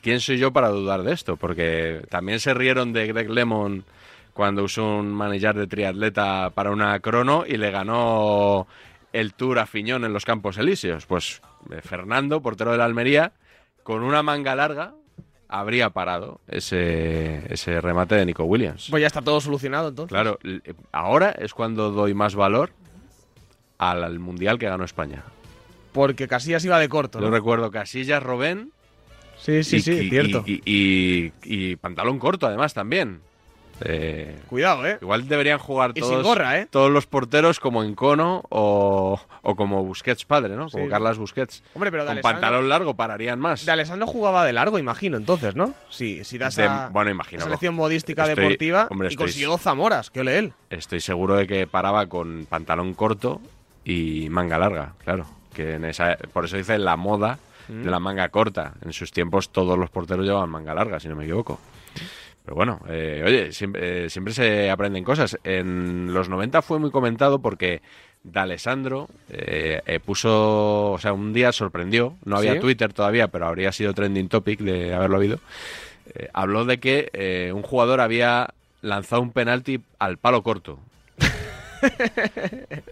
[SPEAKER 2] ¿quién soy yo para dudar de esto? Porque también se rieron de Greg Lemon cuando usó un manillar de triatleta para una crono y le ganó el Tour a Fiñón en los Campos Elíseos. Pues eh, Fernando, portero de la Almería, con una manga larga habría parado ese, ese remate de Nico Williams.
[SPEAKER 1] Pues ya está todo solucionado entonces.
[SPEAKER 2] Claro, l- eh, ahora es cuando doy más valor al, al Mundial que ganó España.
[SPEAKER 1] Porque Casillas iba de corto.
[SPEAKER 2] Yo recuerdo Casillas, Robén.
[SPEAKER 1] Sí, sí,
[SPEAKER 2] y-
[SPEAKER 1] sí,
[SPEAKER 2] y-
[SPEAKER 1] cierto.
[SPEAKER 2] Y, y- y pantalón corto, además, también. Eh,
[SPEAKER 1] Cuidado, ¿eh?
[SPEAKER 2] igual deberían jugar
[SPEAKER 1] Y
[SPEAKER 2] todos,
[SPEAKER 1] sin gorra, ¿eh?
[SPEAKER 2] todos los porteros como Encono o, o como Busquets padre, ¿no? Como
[SPEAKER 1] Sí.
[SPEAKER 2] Carlas Busquets.
[SPEAKER 1] Hombre, pero de
[SPEAKER 2] Con
[SPEAKER 1] Alessandro-
[SPEAKER 2] pantalón largo pararían más.
[SPEAKER 1] De Alessandro jugaba de largo, imagino, entonces, ¿no? Sí, si das
[SPEAKER 2] De-
[SPEAKER 1] a
[SPEAKER 2] Este, bueno, imagino.
[SPEAKER 1] la selección modística
[SPEAKER 2] Estoy-
[SPEAKER 1] deportiva
[SPEAKER 2] hombre,
[SPEAKER 1] y
[SPEAKER 2] estoy-
[SPEAKER 1] consiguió dos zamoras, que ole él.
[SPEAKER 2] Estoy seguro de que paraba con pantalón corto y manga larga, claro. Que en esa, por eso dice la moda
[SPEAKER 1] Mm.
[SPEAKER 2] de la manga corta. En sus tiempos todos los porteros llevaban manga larga, si no me equivoco. Pero bueno, eh, oye, siempre, eh, siempre se aprenden cosas. En los 90 fue muy comentado porque D'Alessandro eh, eh, puso, o sea, un día sorprendió, no había
[SPEAKER 1] Sí.
[SPEAKER 2] Twitter todavía, pero habría sido trending topic de haberlo habido, eh, habló de que eh, un jugador había lanzado un penalti al palo corto.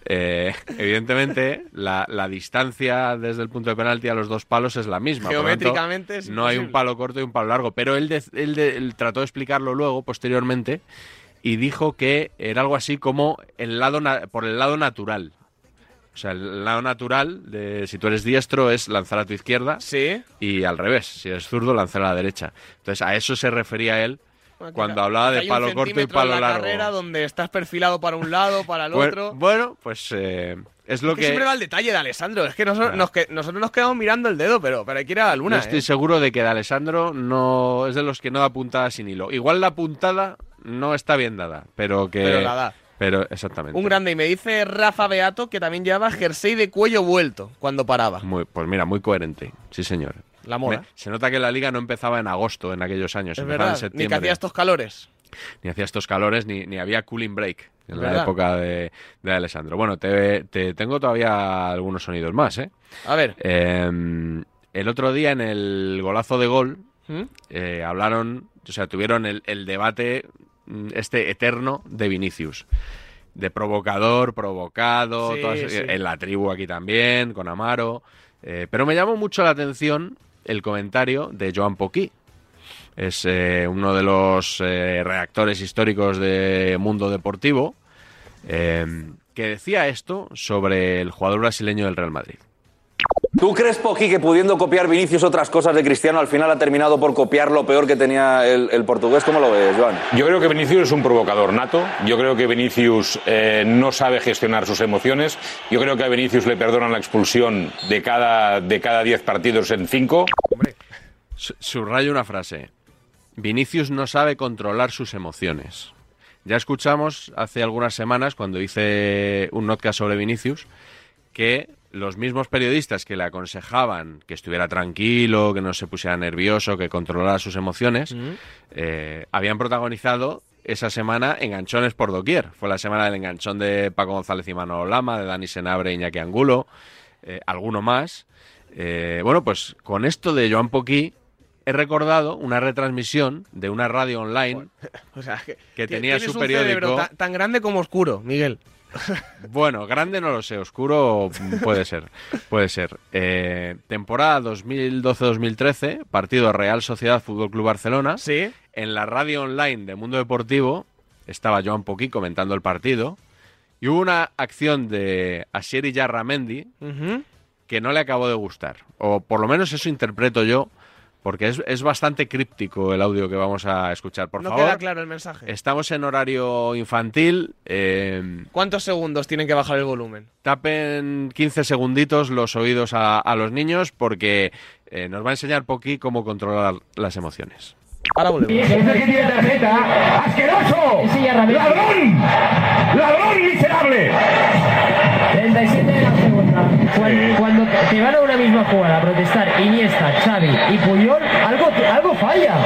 [SPEAKER 2] Eh, evidentemente, la, la distancia desde el punto de penalti a los dos palos es la misma. por lo tanto,
[SPEAKER 1] Geométricamente es
[SPEAKER 2] no hay un
[SPEAKER 1] imposible.
[SPEAKER 2] palo corto y un palo largo. Pero él, de- él de- él trató de explicarlo luego, posteriormente, y dijo que era algo así como el lado na- por el lado natural. O sea, el lado natural de si tú eres diestro es lanzar a tu izquierda y al revés, si eres zurdo lanzar a la derecha. Entonces a eso se refería él cuando hablaba de
[SPEAKER 1] Hay un
[SPEAKER 2] palo corto y
[SPEAKER 1] centímetro en
[SPEAKER 2] palo
[SPEAKER 1] la
[SPEAKER 2] largo.
[SPEAKER 1] carrera donde estás perfilado para un lado, para el
[SPEAKER 2] Bueno-
[SPEAKER 1] otro.
[SPEAKER 2] Bueno, pues eh, es lo
[SPEAKER 1] Es que
[SPEAKER 2] que...
[SPEAKER 1] siempre va el detalle de Alessandro. Es que nosotros,
[SPEAKER 2] Claro.
[SPEAKER 1] nos, que- nosotros nos quedamos mirando el dedo, pero, pero hay que ir a la luna.
[SPEAKER 2] Yo estoy
[SPEAKER 1] ¿eh?
[SPEAKER 2] seguro de que de Alessandro no es de los que no da puntada sin hilo. Igual la puntada no está bien dada, pero que...
[SPEAKER 1] Pero la da.
[SPEAKER 2] Pero exactamente.
[SPEAKER 1] Un grande. Y me dice Rafa Beato que también llevaba jersey de cuello vuelto cuando paraba.
[SPEAKER 2] Muy- pues mira, muy coherente. Sí, señor.
[SPEAKER 1] La mola.
[SPEAKER 2] Me- se nota que la liga no empezaba en agosto en aquellos años,
[SPEAKER 1] es
[SPEAKER 2] empezaba en
[SPEAKER 1] verdad. Ni
[SPEAKER 2] septiembre.
[SPEAKER 1] que hacía estos calores.
[SPEAKER 2] ni hacía estos calores, ni, ni había cooling break en la
[SPEAKER 1] ¿Verdad?
[SPEAKER 2] época de, de Alessandro. Bueno, te, te tengo todavía algunos sonidos más, ¿eh?
[SPEAKER 1] A ver.
[SPEAKER 2] Eh, el otro día en el golazo de gol
[SPEAKER 1] ¿Mm?
[SPEAKER 2] eh, hablaron, o sea, tuvieron el, el debate mm, este eterno de Vinicius. De provocador, provocado,
[SPEAKER 1] Sí,
[SPEAKER 2] todas-
[SPEAKER 1] sí.
[SPEAKER 2] en la tribu aquí también, con Amaro. Eh, pero me llamó mucho la atención el comentario de Joan Poquí. Es eh, uno de los eh, redactores históricos de Mundo Deportivo, eh, que decía esto sobre el jugador brasileño del Real Madrid.
[SPEAKER 14] ¿Tú crees, Poqui, que pudiendo copiar Vinicius otras cosas de Cristiano, al final ha terminado por copiar lo peor que tenía el, el portugués? ¿Cómo lo ves, Joan?
[SPEAKER 15] Yo creo que Vinicius es un provocador nato. Yo creo que Vinicius eh, no sabe gestionar sus emociones. Yo creo que a Vinicius le perdonan la expulsión de cada de cada 10 partidos en 5.
[SPEAKER 2] Su- Subrayo una frase. Vinicius no sabe controlar sus emociones. Ya escuchamos hace algunas semanas, cuando hice un podcast sobre Vinicius, que los mismos periodistas que le aconsejaban que estuviera tranquilo, que no se pusiera nervioso, que controlara sus emociones, eh, habían protagonizado esa semana enganchones por doquier. Fue la semana del enganchón de Paco González y Manolo Lama, de Dani Senabre e Iñaki Angulo. eh, alguno más. Eh, bueno, pues con esto de Joan Poquí he recordado una retransmisión de una radio online
[SPEAKER 1] O sea, que,
[SPEAKER 2] que
[SPEAKER 1] ti-
[SPEAKER 2] tenía
[SPEAKER 1] tienes
[SPEAKER 2] su
[SPEAKER 1] un cerebro
[SPEAKER 2] periódico.
[SPEAKER 1] ta- tan, grande como oscuro, Miguel.
[SPEAKER 2] Bueno, grande no lo sé, oscuro puede ser, puede ser. Eh, temporada 2012-2013, partido Real Sociedad Fútbol Club Barcelona.
[SPEAKER 1] Sí.
[SPEAKER 2] En la radio online de Mundo Deportivo estaba Joan Poquí comentando el partido y hubo una acción de Asier Yarramendi
[SPEAKER 8] Mm-hmm.
[SPEAKER 2] que no le acabó de gustar, o por lo menos eso interpreto yo, porque es, es bastante críptico el audio que vamos a escuchar. Por
[SPEAKER 1] no
[SPEAKER 2] favor,
[SPEAKER 1] queda claro el mensaje.
[SPEAKER 2] estamos en horario infantil. eh,
[SPEAKER 1] ¿Cuántos segundos tienen que bajar el volumen?
[SPEAKER 2] Tapen 15 segunditos los oídos a, a los niños porque eh, nos va a enseñar Poki cómo controlar las emociones.
[SPEAKER 1] Ahora
[SPEAKER 16] Es el que tiene tarjeta. ¡Asqueroso! ¡Ladrón! ¡Ladrón miserable!
[SPEAKER 17] 37 de la segunda. Cuando, cuando te- te van a una misma jugada a protestar Iniesta, Xavi y Puyol, algo, algo falla.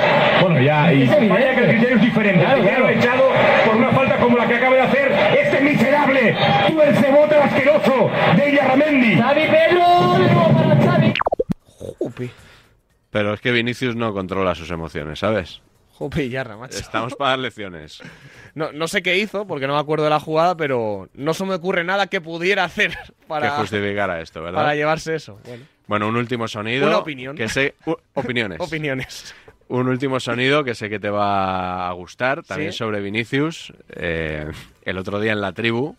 [SPEAKER 16] Bueno, ya, y
[SPEAKER 17] Es evidente.
[SPEAKER 16] vaya que el criterio es diferente.
[SPEAKER 17] Claro,
[SPEAKER 16] El criterio
[SPEAKER 17] claro.
[SPEAKER 16] echado por una falta como la que acaba de hacer este miserable. Tú el cebote asqueroso de Yarramendi.
[SPEAKER 17] Xavi Pedro, de nuevo para Xavi.
[SPEAKER 2] Pero es que Vinicius no controla sus emociones, ¿sabes?
[SPEAKER 1] Jope, Yarra, macho.
[SPEAKER 2] Estamos para dar lecciones.
[SPEAKER 1] No, no sé qué hizo, porque no me acuerdo de la jugada, pero no se me ocurre nada que pudiera hacer
[SPEAKER 2] Que
[SPEAKER 1] para,
[SPEAKER 2] justificara esto, ¿verdad?
[SPEAKER 1] para llevarse eso. Bueno,
[SPEAKER 2] Bueno, un último sonido.
[SPEAKER 1] Una opinión.
[SPEAKER 2] Que sé... u- opiniones.
[SPEAKER 1] opiniones.
[SPEAKER 2] un último sonido que sé que te va a gustar, también
[SPEAKER 1] Sí.
[SPEAKER 2] sobre Vinicius. Eh, el otro día en la tribu,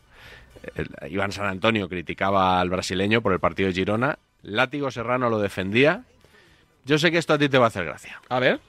[SPEAKER 2] el- Iván San Antonio criticaba al brasileño por el partido de Girona. Látigo Serrano lo defendía. Yo sé que esto a ti te va a hacer gracia.
[SPEAKER 1] A ver.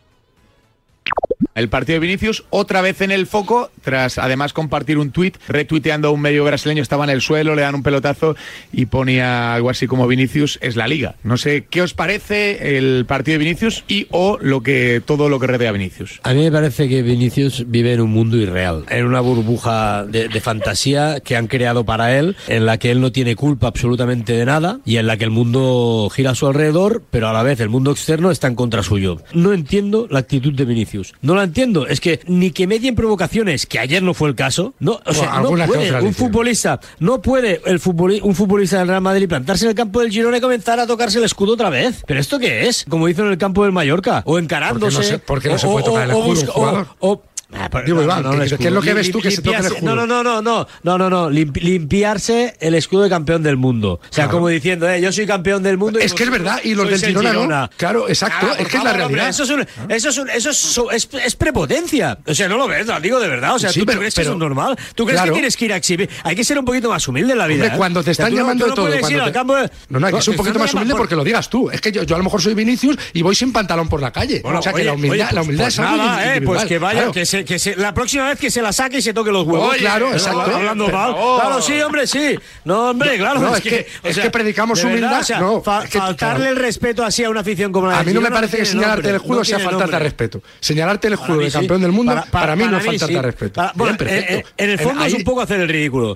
[SPEAKER 18] El partido de Vinicius otra vez en el foco, tras además compartir un tuit, retuiteando a un medio brasileño, estaba en el suelo, le dan un pelotazo y ponía algo así como Vinicius es la liga. No sé qué os parece el partido de Vinicius y o lo que todo lo que rodea a Vinicius.
[SPEAKER 19] A mí me parece que Vinicius vive en un mundo irreal, en una burbuja de, de fantasía que han creado para él, en la que él no tiene culpa absolutamente de nada y en la que el mundo gira a su alrededor, pero a la vez el mundo externo está en contra suyo. No entiendo la actitud de Vinicius. No la entiendo. Es que ni que medien provocaciones, que ayer no fue el caso. No, o sea, no
[SPEAKER 20] algunas que
[SPEAKER 19] puede
[SPEAKER 20] otras
[SPEAKER 19] un
[SPEAKER 20] hicieron.
[SPEAKER 19] futbolista, no puede el futboli- un futbolista del Real Madrid plantarse en el campo del Girona y comenzar a tocarse el escudo otra vez. ¿Pero esto qué es? Como hizo en el campo del Mallorca, o encarándose.
[SPEAKER 20] se- por qué no
[SPEAKER 19] o-
[SPEAKER 20] se puede
[SPEAKER 19] o-
[SPEAKER 20] tocar el
[SPEAKER 19] o-
[SPEAKER 20] escudo
[SPEAKER 19] o
[SPEAKER 20] un
[SPEAKER 19] busca- o-
[SPEAKER 20] jugador?
[SPEAKER 19] o- Ah, pero
[SPEAKER 20] Digo, Iván, ¿qué-
[SPEAKER 19] el
[SPEAKER 20] qué
[SPEAKER 19] escudo.
[SPEAKER 20] es lo que ves tú que se toca el
[SPEAKER 19] Limpiarse-
[SPEAKER 20] escudo?
[SPEAKER 19] No, no, no, no, no, no, no, no, lim- limpiarse el escudo de campeón del mundo. O sea,
[SPEAKER 20] Claro.
[SPEAKER 19] como diciendo, eh, yo soy campeón del mundo.
[SPEAKER 20] Es que es verdad, y los del Girona no. Claro, exacto, es que es la realidad. Ah.
[SPEAKER 19] eso es, un- eso es, un- eso es, so- es- es prepotencia. O sea, no lo ves, lo digo de verdad. O sea,
[SPEAKER 20] Sí,
[SPEAKER 19] ¿tú, tú
[SPEAKER 20] pero-
[SPEAKER 19] crees que
[SPEAKER 20] pero-
[SPEAKER 19] eso es normal? ¿Tú crees
[SPEAKER 20] claro.
[SPEAKER 19] que tienes que ir a exhibir? Hay que ser un poquito más humilde en la vida.
[SPEAKER 20] Hombre,
[SPEAKER 19] ¿eh?
[SPEAKER 20] cuando te
[SPEAKER 19] O sea,
[SPEAKER 20] están
[SPEAKER 19] tú no-
[SPEAKER 20] llamando
[SPEAKER 19] tú
[SPEAKER 20] de todo.
[SPEAKER 19] puedes ir
[SPEAKER 20] cuando
[SPEAKER 19] al
[SPEAKER 20] te-
[SPEAKER 19] campo de-
[SPEAKER 20] No, no, hay que ser un
[SPEAKER 19] te
[SPEAKER 20] poquito
[SPEAKER 19] están
[SPEAKER 20] más humilde
[SPEAKER 19] llamando-
[SPEAKER 20] porque lo digas tú. Es que yo, yo a lo mejor soy Vinicius y voy sin pantalón por la calle. o sea, que
[SPEAKER 19] oye,
[SPEAKER 20] la humildad,
[SPEAKER 19] oye,
[SPEAKER 20] la humildad
[SPEAKER 19] pues
[SPEAKER 20] es algo
[SPEAKER 19] nada, eh,
[SPEAKER 20] individual,
[SPEAKER 19] pues que vaya,
[SPEAKER 20] claro.
[SPEAKER 19] que, se, que se- la próxima vez que se la saque y se toque los huevos.
[SPEAKER 20] Oye, claro, exacto.
[SPEAKER 19] Hablando
[SPEAKER 20] Pero-
[SPEAKER 19] mal. Claro, sí, hombre, sí. No, hombre, claro.
[SPEAKER 20] No, es que- es que predicamos
[SPEAKER 19] de
[SPEAKER 20] humildad,
[SPEAKER 19] o sea,
[SPEAKER 20] no,
[SPEAKER 19] fa-
[SPEAKER 20] es que-
[SPEAKER 19] faltarle
[SPEAKER 20] claro.
[SPEAKER 19] el respeto así a una afición como la
[SPEAKER 20] A
[SPEAKER 19] del
[SPEAKER 20] mí no me
[SPEAKER 19] Girona
[SPEAKER 20] parece que
[SPEAKER 19] tiene
[SPEAKER 20] señalarte
[SPEAKER 19] nombre,
[SPEAKER 20] el juego
[SPEAKER 19] no
[SPEAKER 20] sea
[SPEAKER 19] tiene
[SPEAKER 20] faltarte al
[SPEAKER 19] nombre.
[SPEAKER 20] respeto. Señalarte el
[SPEAKER 19] Para
[SPEAKER 20] juego
[SPEAKER 19] mí
[SPEAKER 20] de
[SPEAKER 19] sí.
[SPEAKER 20] campeón del mundo, para,
[SPEAKER 19] Para- para-
[SPEAKER 20] mí no
[SPEAKER 19] para
[SPEAKER 20] es
[SPEAKER 19] mí
[SPEAKER 20] faltarte
[SPEAKER 19] sí.
[SPEAKER 20] al respeto.
[SPEAKER 19] Para- bueno,
[SPEAKER 20] Bien,
[SPEAKER 19] eh,
[SPEAKER 20] perfecto.
[SPEAKER 19] eh, en el fondo
[SPEAKER 20] Ahí-
[SPEAKER 19] es un poco hacer el ridículo.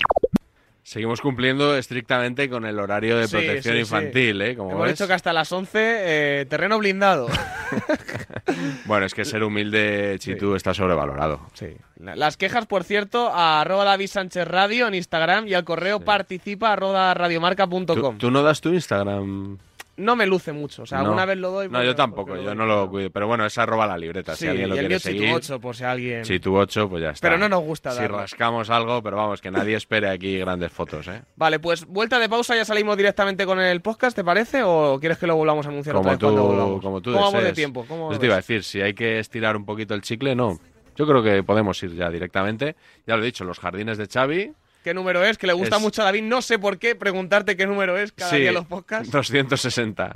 [SPEAKER 2] Seguimos cumpliendo estrictamente con el horario de
[SPEAKER 1] Sí,
[SPEAKER 2] protección
[SPEAKER 1] sí, sí.
[SPEAKER 2] infantil, ¿eh? Como
[SPEAKER 1] Hemos
[SPEAKER 2] ves.
[SPEAKER 1] dicho que hasta las 11, eh, terreno blindado.
[SPEAKER 2] Bueno, es que ser humilde, Chitu, está sobrevalorado.
[SPEAKER 1] Sí. Las quejas, por cierto, a arroba David Sánchez Radio en Instagram y al correo participa arroba
[SPEAKER 2] ¿Tú,
[SPEAKER 1] radiomarca.com.
[SPEAKER 2] tú no das tu Instagram?
[SPEAKER 1] No me luce mucho, o sea,
[SPEAKER 2] no.
[SPEAKER 1] alguna vez lo doy. pues
[SPEAKER 2] No, yo tampoco, yo no lo cuido. Pero bueno, es arroba la libreta,
[SPEAKER 1] Sí,
[SPEAKER 2] si alguien lo
[SPEAKER 1] y el
[SPEAKER 2] quiere
[SPEAKER 1] mío
[SPEAKER 2] seguir.
[SPEAKER 1] Chitu 8, por si alguien...
[SPEAKER 2] Si tu 8, pues ya está.
[SPEAKER 1] Pero no nos gusta
[SPEAKER 2] Si
[SPEAKER 1] darlo.
[SPEAKER 2] rascamos algo, pero vamos, que nadie espere aquí grandes fotos, ¿eh?
[SPEAKER 1] Vale, pues vuelta de pausa, ya salimos directamente con el podcast, ¿te parece? ¿O quieres que lo volvamos a anunciar otra
[SPEAKER 2] Como
[SPEAKER 1] vez cuando
[SPEAKER 2] tú,
[SPEAKER 1] volvamos?
[SPEAKER 2] como tú
[SPEAKER 1] ¿Cómo vamos de
[SPEAKER 2] desees. Pues
[SPEAKER 1] tiempo? ¿Cómo
[SPEAKER 2] Yo
[SPEAKER 1] ves?
[SPEAKER 2] te iba a decir, si hay que estirar un poquito el chicle, no. Yo creo que podemos ir ya directamente. Ya lo he dicho, los jardines de Xavi.
[SPEAKER 1] ¿Qué número es? Que le gusta
[SPEAKER 2] Es-
[SPEAKER 1] mucho a David, no sé por qué preguntarte qué número es cada
[SPEAKER 2] sí,
[SPEAKER 1] día los podcasts.
[SPEAKER 2] 260.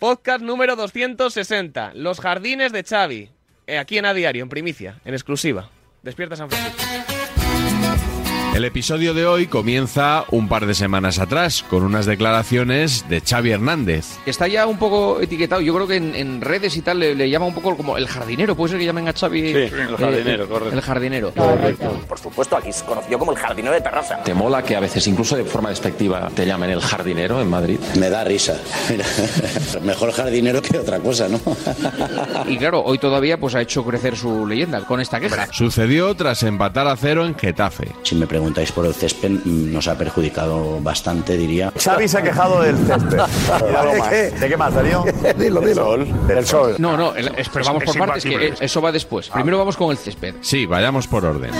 [SPEAKER 1] Podcast número 260, Los Jardines de Xavi. Eh, Aquí en A Diario, en primicia, en exclusiva. Despierta San Francisco.
[SPEAKER 2] El episodio de hoy comienza un par de semanas atrás con unas declaraciones de Xavi Hernández.
[SPEAKER 21] Está ya un poco etiquetado. Yo creo que en, en redes y tal le, le llama un poco como el jardinero. Puede ser que llamen a Xavi. eh,
[SPEAKER 22] Sí, el jardinero, correcto.
[SPEAKER 21] El jardinero.
[SPEAKER 22] Por supuesto, aquí se conoció como el jardinero de Terrassa.
[SPEAKER 23] ¿Te mola que a veces, incluso de forma despectiva, te llamen el jardinero en Madrid?
[SPEAKER 24] Me da risa. Mira, Mejor jardinero que otra cosa, ¿no?
[SPEAKER 21] Y claro, hoy todavía pues ha hecho crecer su leyenda con esta queja.
[SPEAKER 2] Sucedió tras empatar a cero en Getafe.
[SPEAKER 24] Si me
[SPEAKER 7] preguntáis por el césped, mm, nos ha perjudicado bastante, diría.
[SPEAKER 25] Xavi se ha quejado del césped. Y algo más. ¿De qué más, Darío?
[SPEAKER 7] Dilo,
[SPEAKER 25] Del sol. Del sol.
[SPEAKER 1] No, no, el- es- pero vamos
[SPEAKER 2] Es
[SPEAKER 1] por partes, que
[SPEAKER 2] imbatible.
[SPEAKER 1] eh, eso va después.
[SPEAKER 22] Ah.
[SPEAKER 1] Primero vamos con el césped.
[SPEAKER 2] Sí, vayamos por orden.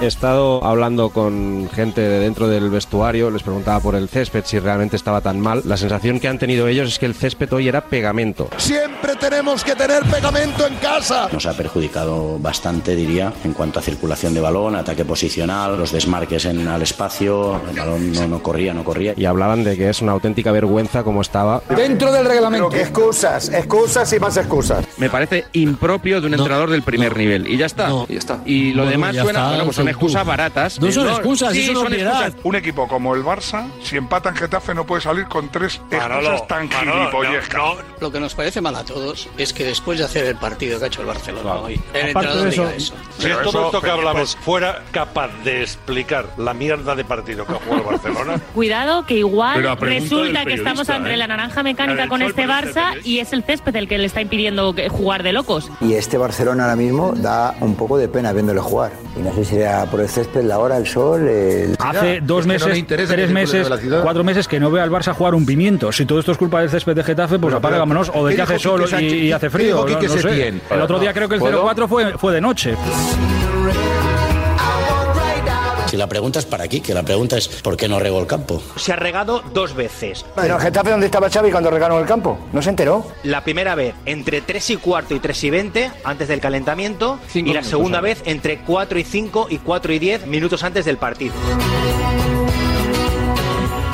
[SPEAKER 6] He estado hablando con gente de dentro del vestuario, les preguntaba por el césped si realmente estaba tan mal. La sensación que han tenido ellos es que el césped hoy era pegamento.
[SPEAKER 12] Siempre tenemos que tener pegamento en casa.
[SPEAKER 7] Nos ha perjudicado bastante, diría, en cuanto a circulación de balón, ataque posicional, los desmarques en al espacio, el balón no, no corría, no corría.
[SPEAKER 6] Y hablaban de que es una auténtica vergüenza como estaba.
[SPEAKER 25] Dentro del reglamento. que excusas, excusas y más excusas.
[SPEAKER 26] Me parece impropio de un entrenador del primer nivel. Y ya está. y ya está. Y lo
[SPEAKER 1] No, no,
[SPEAKER 26] demás
[SPEAKER 1] ya
[SPEAKER 26] suena,
[SPEAKER 1] está,
[SPEAKER 26] bueno, pues son
[SPEAKER 1] son
[SPEAKER 26] excusas
[SPEAKER 1] tú.
[SPEAKER 26] baratas.
[SPEAKER 1] No
[SPEAKER 26] Eh,
[SPEAKER 1] son excusas,
[SPEAKER 26] sí,
[SPEAKER 1] es una
[SPEAKER 26] son
[SPEAKER 1] obviedad.
[SPEAKER 26] excusas.
[SPEAKER 5] Un equipo como el Barça, si empatan Getafe, no puede salir con tres excusas tan gilipollezcas.
[SPEAKER 27] Lo que nos parece mal a todos es que después de hacer el partido que ha hecho el Barcelona hoy, el
[SPEAKER 19] Aparte
[SPEAKER 27] entrenador
[SPEAKER 19] de eso-
[SPEAKER 27] diga eso.
[SPEAKER 19] Si
[SPEAKER 27] Pero
[SPEAKER 19] todo
[SPEAKER 27] eso,
[SPEAKER 19] esto que
[SPEAKER 27] Felipe,
[SPEAKER 19] hablamos fuera capaz de explicar la mierda de partido que ha jugado el Barcelona,
[SPEAKER 28] Cuidado, que igual
[SPEAKER 19] Pero a pregunta
[SPEAKER 28] resulta
[SPEAKER 19] del
[SPEAKER 28] que estamos
[SPEAKER 19] periodista,
[SPEAKER 28] entre
[SPEAKER 19] ¿eh?
[SPEAKER 28] la naranja mecánica
[SPEAKER 19] El
[SPEAKER 28] con
[SPEAKER 19] sol
[SPEAKER 28] este Barça y es el césped el que le está impidiendo que- jugar de locos.
[SPEAKER 10] Y este Barcelona ahora mismo da un poco de pena viéndole jugar. Y no sé si era por el césped, la hora, el sol. el-
[SPEAKER 29] Hace dos
[SPEAKER 10] Es que no le
[SPEAKER 29] meses,
[SPEAKER 10] interesa que
[SPEAKER 29] tres
[SPEAKER 10] circule
[SPEAKER 29] meses,
[SPEAKER 10] sobre la ciudad.
[SPEAKER 29] cuatro meses que no veo al Barça jugar un pimiento. Si todo esto es culpa del césped de Getafe, pues
[SPEAKER 19] Pero, pero,
[SPEAKER 29] apágamonos o de
[SPEAKER 19] ¿qué
[SPEAKER 29] que hace
[SPEAKER 19] dijo
[SPEAKER 29] sol
[SPEAKER 19] Quique
[SPEAKER 29] y,
[SPEAKER 19] Sánchez?
[SPEAKER 29] y hace
[SPEAKER 19] ¿Qué
[SPEAKER 29] frío.
[SPEAKER 19] dijo
[SPEAKER 29] no-
[SPEAKER 19] Quique
[SPEAKER 29] no sé.
[SPEAKER 19] Setién?
[SPEAKER 29] El otro día creo que el
[SPEAKER 19] ¿Puedo?
[SPEAKER 29] 0-4 fue, fue de noche.
[SPEAKER 7] Si la pregunta es para aquí, que la pregunta es ¿por qué no regó el campo?
[SPEAKER 30] Se ha regado dos veces.
[SPEAKER 10] Pero el Getafe, ¿dónde estaba Xavi cuando regaron el campo? ¿No se enteró?
[SPEAKER 30] La primera vez entre 3 y cuarto y 3 y 20 antes del calentamiento
[SPEAKER 10] Cinco
[SPEAKER 30] y la
[SPEAKER 10] minutos,
[SPEAKER 30] segunda
[SPEAKER 10] ¿sabes?
[SPEAKER 30] vez entre 4 y 5 y 4 y 10 minutos antes del partido.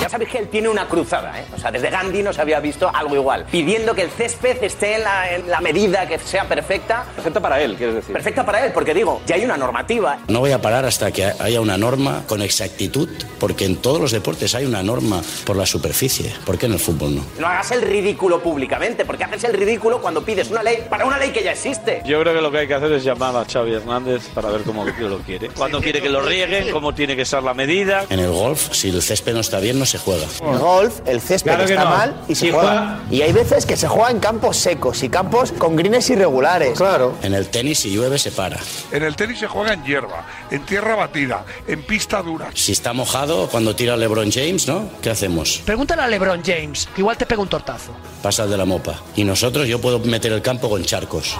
[SPEAKER 8] Ya sabéis que él tiene una cruzada, ¿eh? O sea, desde Gandhi no se había visto algo igual. Pidiendo que el césped esté en la, en la medida que sea perfecta.
[SPEAKER 31] Perfecta para él, quieres decir.
[SPEAKER 8] Perfecta para él, porque digo, ya hay una normativa.
[SPEAKER 7] No voy a parar hasta que haya una norma con exactitud, porque en todos los deportes hay una norma por la superficie. ¿Por qué en el fútbol no?
[SPEAKER 8] No hagas el ridículo públicamente, porque haces el ridículo cuando pides una ley para una ley que ya existe.
[SPEAKER 32] Yo creo que lo que hay que hacer es llamar a Xavi Hernández para ver cómo lo quiere. Cuándo quiere que lo rieguen, cómo tiene que ser la medida.
[SPEAKER 7] En el golf, si el césped no está bien, no se juega.
[SPEAKER 10] Golf, el césped
[SPEAKER 7] Claro que
[SPEAKER 10] está
[SPEAKER 7] no.
[SPEAKER 10] mal y se
[SPEAKER 7] Si
[SPEAKER 10] juega.
[SPEAKER 7] juega-
[SPEAKER 10] Y hay veces que se juega en campos secos y campos con greens irregulares. Claro.
[SPEAKER 7] En el tenis, si llueve, se para.
[SPEAKER 5] En el tenis se juega en hierba, en tierra batida, en pista dura.
[SPEAKER 7] Si está mojado, cuando tira LeBron James, ¿no? ¿Qué hacemos?
[SPEAKER 10] Pregúntale a LeBron James, que igual te pega un tortazo.
[SPEAKER 7] Pasa el de la mopa. Y nosotros, yo puedo meter el campo con charcos.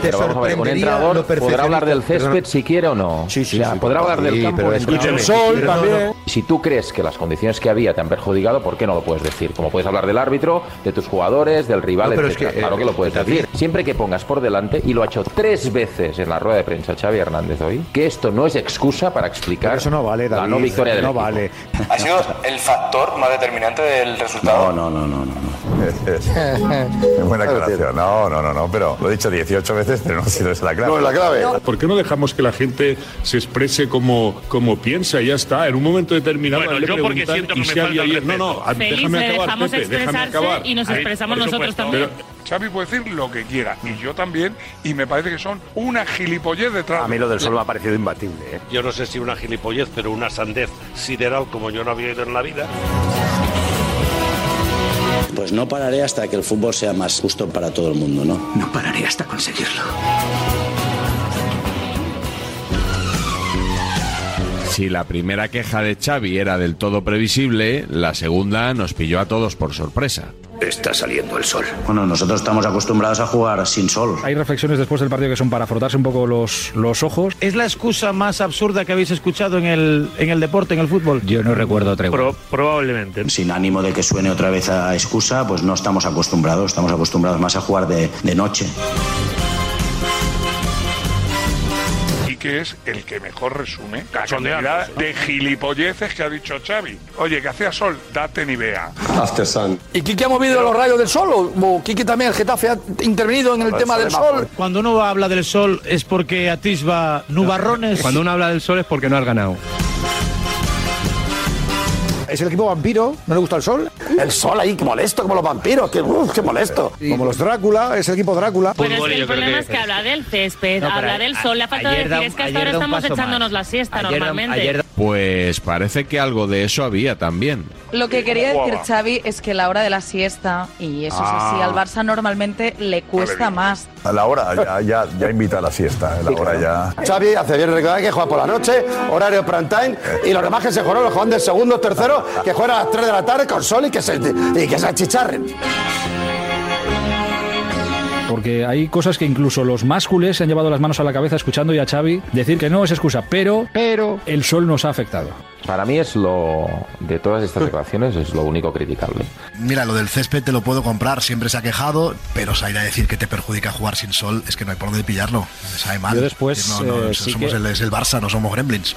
[SPEAKER 32] Pero vamos a ver, un
[SPEAKER 7] sorprendería
[SPEAKER 32] entrenador
[SPEAKER 7] lo
[SPEAKER 32] podrá hablar del
[SPEAKER 7] perfeccionista-
[SPEAKER 32] césped si quiere o no. Sí, sí, podrá hablar del
[SPEAKER 7] Sí,
[SPEAKER 32] campo
[SPEAKER 7] pero
[SPEAKER 32] el
[SPEAKER 7] escucha,
[SPEAKER 32] entrenador.
[SPEAKER 7] el sol
[SPEAKER 32] Si quiere o no,
[SPEAKER 7] también.
[SPEAKER 32] no. Si tú crees que las condiciones que había te han perjudicado, ¿por qué no lo puedes decir? Como puedes hablar del árbitro, de tus jugadores, del rival,
[SPEAKER 33] No, pero es
[SPEAKER 32] etcétera.
[SPEAKER 33] que, eh,
[SPEAKER 32] claro que lo puedes
[SPEAKER 33] David.
[SPEAKER 32] decir. Siempre que pongas por delante, y lo ha hecho tres veces en la rueda de prensa Xavi Hernández hoy, que esto no es excusa para explicar eso no vale, la no victoria del
[SPEAKER 7] no
[SPEAKER 32] equipo.
[SPEAKER 7] vale.
[SPEAKER 32] Ha sido el factor más determinante del resultado.
[SPEAKER 7] No, no, no, no. no.
[SPEAKER 30] Es buena aclaración. No, no, no, no, pero lo he dicho 18 veces, pero no ha sido esa la clave.
[SPEAKER 19] ¿Por qué no dejamos que la gente se exprese como, como piensa y ya está? En un momento determinado
[SPEAKER 10] Bueno,
[SPEAKER 19] le
[SPEAKER 10] yo porque
[SPEAKER 19] preguntan
[SPEAKER 10] siento que
[SPEAKER 19] y
[SPEAKER 10] me
[SPEAKER 19] Xavi
[SPEAKER 10] falta el
[SPEAKER 19] ayer- No, no, a-
[SPEAKER 10] respeto.
[SPEAKER 19] déjame
[SPEAKER 10] Feliz, le
[SPEAKER 19] acabar,
[SPEAKER 10] dejamos
[SPEAKER 19] Pepe, déjame
[SPEAKER 10] expresarse
[SPEAKER 19] acabar.
[SPEAKER 10] y nos
[SPEAKER 19] Ahí,
[SPEAKER 10] expresamos
[SPEAKER 19] por
[SPEAKER 10] nosotros
[SPEAKER 19] supuesto.
[SPEAKER 10] también.
[SPEAKER 19] Pero-
[SPEAKER 5] Xavi puede decir lo que quiera, y yo también, y me parece que son una gilipollez detrás. A mí lo del sol me ha parecido imbatible.
[SPEAKER 19] Yo no sé si una gilipollez, pero una sandez sideral como yo no había ido en la vida.
[SPEAKER 7] Pues no pararé hasta que el fútbol sea más justo para todo el mundo, ¿no? No pararé hasta conseguirlo.
[SPEAKER 2] Si la primera queja de Xavi era del todo previsible, la segunda nos pilló a todos por sorpresa.
[SPEAKER 7] Está saliendo el sol. Bueno, nosotros estamos acostumbrados a jugar sin sol.
[SPEAKER 29] Hay reflexiones después del partido que son para frotarse un poco los, los ojos.
[SPEAKER 32] ¿Es la excusa más absurda que habéis escuchado en el, en el deporte, en el fútbol?
[SPEAKER 7] Yo no recuerdo otra
[SPEAKER 32] probablemente.
[SPEAKER 7] Sin ánimo de que suene otra vez a excusa, pues no estamos acostumbrados, estamos acostumbrados más a jugar de, de noche.
[SPEAKER 5] Y que es el que mejor resume la cantidad de gilipolleces que ha dicho Xavi. Oye, que hacía sol, date ni vea.
[SPEAKER 32] After Sun.
[SPEAKER 10] ¿Y Quique ha movido los rayos del sol? ¿O, o Quique también, el Getafe, ha intervenido en el tema del sol?
[SPEAKER 32] Cuando uno habla del sol es porque atisba nubarrones. Cuando uno habla del sol es porque no has ganado.
[SPEAKER 10] Es el equipo vampiro, no le gusta el sol. El sol ahí, que molesto, como los vampiros, que, uf, que molesto. Como los Drácula, es el equipo Drácula.
[SPEAKER 28] Pero es que el problema es que habla del césped,
[SPEAKER 10] No, pero
[SPEAKER 28] habla
[SPEAKER 10] a-
[SPEAKER 28] del sol, la falta
[SPEAKER 10] ayer
[SPEAKER 28] de
[SPEAKER 10] da
[SPEAKER 28] decir
[SPEAKER 10] un-
[SPEAKER 28] es que hasta
[SPEAKER 10] ayer
[SPEAKER 28] ahora
[SPEAKER 10] da un
[SPEAKER 28] estamos
[SPEAKER 10] paso más.
[SPEAKER 28] echándonos la siesta
[SPEAKER 10] Ayer da-
[SPEAKER 28] normalmente.
[SPEAKER 10] ayer da-
[SPEAKER 2] Pues parece que algo de eso había también.
[SPEAKER 14] Lo que quería decir
[SPEAKER 2] Guava.
[SPEAKER 14] Xavi es que la hora de la siesta, y eso
[SPEAKER 34] Ah.
[SPEAKER 14] es así, al Barça normalmente le cuesta más.
[SPEAKER 34] A la hora ya, ya, ya invita a la siesta, a la hora ya.
[SPEAKER 12] Xavi hace bien recordar que juega por la noche, horario prime time, y los demás que se juegan, los juegan del segundo, tercero, que juegan a las 3 de la tarde con sol y que se, y que se achicharren.
[SPEAKER 29] Porque hay cosas que incluso los máscules se han llevado las manos a la cabeza escuchando ya a Xavi decir que no es excusa, pero, pero el sol nos ha afectado.
[SPEAKER 6] Para mí es lo, de todas estas declaraciones, es lo único criticable.
[SPEAKER 7] Mira, lo del césped te lo puedo comprar, siempre se ha quejado, pero salir a decir que te perjudica jugar sin sol, es que no hay por dónde pillarlo. Me sabe mal.
[SPEAKER 34] Yo después,
[SPEAKER 7] No, no,
[SPEAKER 34] eh,
[SPEAKER 7] so-
[SPEAKER 34] sí
[SPEAKER 7] somos
[SPEAKER 34] que-
[SPEAKER 7] el, es el Barça, no somos Gremlins.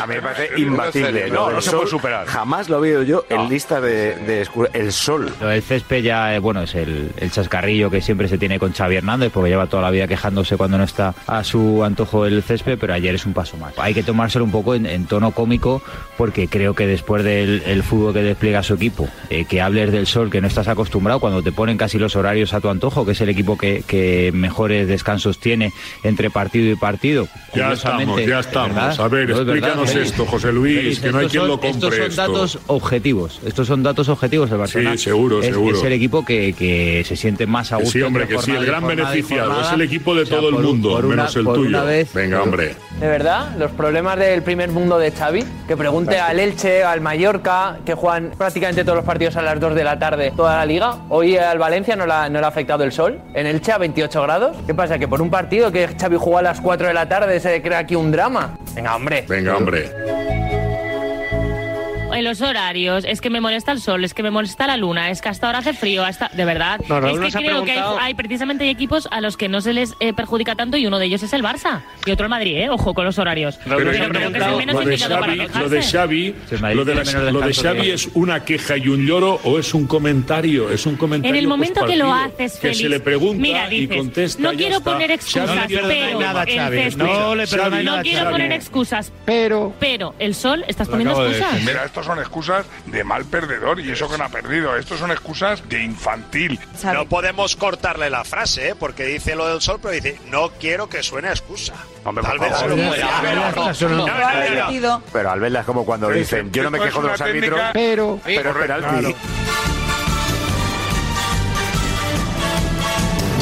[SPEAKER 32] A mí me parece
[SPEAKER 7] Sí,
[SPEAKER 32] imbatible.
[SPEAKER 7] no,
[SPEAKER 32] Lo
[SPEAKER 7] no
[SPEAKER 32] del
[SPEAKER 7] se puede
[SPEAKER 32] sol,
[SPEAKER 7] superar.
[SPEAKER 32] Jamás lo he oído yo en lista de, de escu- el sol.
[SPEAKER 30] El césped ya, eh, bueno, es el, el chascarrillo que siempre se tiene con Xavi Hernández, porque lleva toda la vida quejándose cuando no está a su antojo el césped, pero ayer es un paso más. Hay que tomárselo un poco en, en tono cómico, porque creo que después del el fútbol que despliega su equipo, eh, que hables del sol que no estás acostumbrado, cuando te ponen casi los horarios a tu antojo, que es el equipo que, que mejores descansos tiene entre partido y partido.
[SPEAKER 5] Ya estamos,
[SPEAKER 30] Curiosamente,
[SPEAKER 5] ya
[SPEAKER 30] es
[SPEAKER 5] estamos.
[SPEAKER 30] verdad,
[SPEAKER 5] A ver,
[SPEAKER 30] no es verdad,
[SPEAKER 5] explícanos
[SPEAKER 30] Félix.
[SPEAKER 5] esto, José Luis,
[SPEAKER 30] Félix,
[SPEAKER 5] que no hay
[SPEAKER 30] estos
[SPEAKER 5] quien
[SPEAKER 30] son-
[SPEAKER 5] lo compre
[SPEAKER 30] Estos son
[SPEAKER 5] esto.
[SPEAKER 30] datos objetivos. Estos son datos objetivos del Barcelona.
[SPEAKER 5] seguro,
[SPEAKER 30] Es-
[SPEAKER 5] seguro.
[SPEAKER 30] Es el equipo que, que se siente más a
[SPEAKER 5] Que
[SPEAKER 30] gusto.
[SPEAKER 5] sí, hombre,
[SPEAKER 30] entre
[SPEAKER 5] que sí, el
[SPEAKER 30] jornada y
[SPEAKER 5] gran
[SPEAKER 30] jornada y
[SPEAKER 5] beneficiado es
[SPEAKER 30] jornada.
[SPEAKER 5] el equipo de
[SPEAKER 30] O sea,
[SPEAKER 5] todo el
[SPEAKER 30] por un-
[SPEAKER 5] mundo,
[SPEAKER 30] por una-
[SPEAKER 5] menos el
[SPEAKER 30] por una
[SPEAKER 5] tuyo.
[SPEAKER 30] vez-
[SPEAKER 5] Venga, hombre.
[SPEAKER 10] De verdad, los problemas del primer mundo de Xavi, que pregunte al Elche, al Mallorca, que juegan prácticamente todos los partidos a las 2 de la tarde, toda la liga. Hoy al Valencia no le ha, no le ha afectado el sol, en Elche a 28 grados. ¿Qué pasa? Que por un partido que Xavi juega a las 4 de la tarde se crea aquí un drama. Venga, hombre.
[SPEAKER 5] Venga, hombre.
[SPEAKER 28] En los horarios, es que me molesta el sol, es que me molesta la luna, es que hasta ahora hace frío, hasta de verdad.
[SPEAKER 35] No, Raúl
[SPEAKER 28] es que
[SPEAKER 35] nos ha
[SPEAKER 28] creo que hay,
[SPEAKER 35] preguntado-
[SPEAKER 28] hay- precisamente hay equipos a los que no se les eh, perjudica tanto y uno de ellos es el Barça y otro el Madrid, eh, ojo con los horarios.
[SPEAKER 5] Pero
[SPEAKER 35] Pero creo que
[SPEAKER 5] yo
[SPEAKER 35] es el
[SPEAKER 5] creo que
[SPEAKER 35] menos
[SPEAKER 5] lo de
[SPEAKER 35] indicado para
[SPEAKER 5] Xavi, lo de
[SPEAKER 35] quejarse.
[SPEAKER 5] Xavi, lo de, la-
[SPEAKER 30] tiene menos
[SPEAKER 5] lo de
[SPEAKER 30] descanso
[SPEAKER 5] Xavi
[SPEAKER 30] que-
[SPEAKER 5] es una queja y un lloro o es un comentario, es un comentario.
[SPEAKER 35] En el momento que lo
[SPEAKER 5] postpartido,
[SPEAKER 35] haces,
[SPEAKER 5] que
[SPEAKER 35] Félix,
[SPEAKER 5] se le pregunta
[SPEAKER 35] mira, dices,
[SPEAKER 5] y contesta.
[SPEAKER 35] no
[SPEAKER 5] ya
[SPEAKER 35] quiero
[SPEAKER 5] está.
[SPEAKER 35] poner excusas,
[SPEAKER 5] Xavi
[SPEAKER 35] pero
[SPEAKER 5] perdonáis nada,
[SPEAKER 35] el
[SPEAKER 5] Xavi,
[SPEAKER 35] césped-
[SPEAKER 5] Xavi,
[SPEAKER 35] no quiero
[SPEAKER 5] Xavi.
[SPEAKER 35] poner excusas, pero pero el sol estás poniendo excusas.
[SPEAKER 36] Mira, estos son excusas de mal perdedor y eso que no ha perdido. Estos son excusas de infantil.
[SPEAKER 35] No podemos cortarle la frase, ¿eh? porque dice lo del sol, pero dice, no quiero que suene a excusa. Tal vez se lo puede
[SPEAKER 32] Pero Albelda es como cuando
[SPEAKER 35] Pero
[SPEAKER 32] dicen,
[SPEAKER 35] es-
[SPEAKER 32] yo no me
[SPEAKER 35] es
[SPEAKER 32] quejo de
[SPEAKER 35] pues una
[SPEAKER 32] los árbitros,
[SPEAKER 35] técnica-
[SPEAKER 32] pero,
[SPEAKER 35] Sí,
[SPEAKER 32] pero
[SPEAKER 35] correcto,
[SPEAKER 32] penalti.
[SPEAKER 35] claro.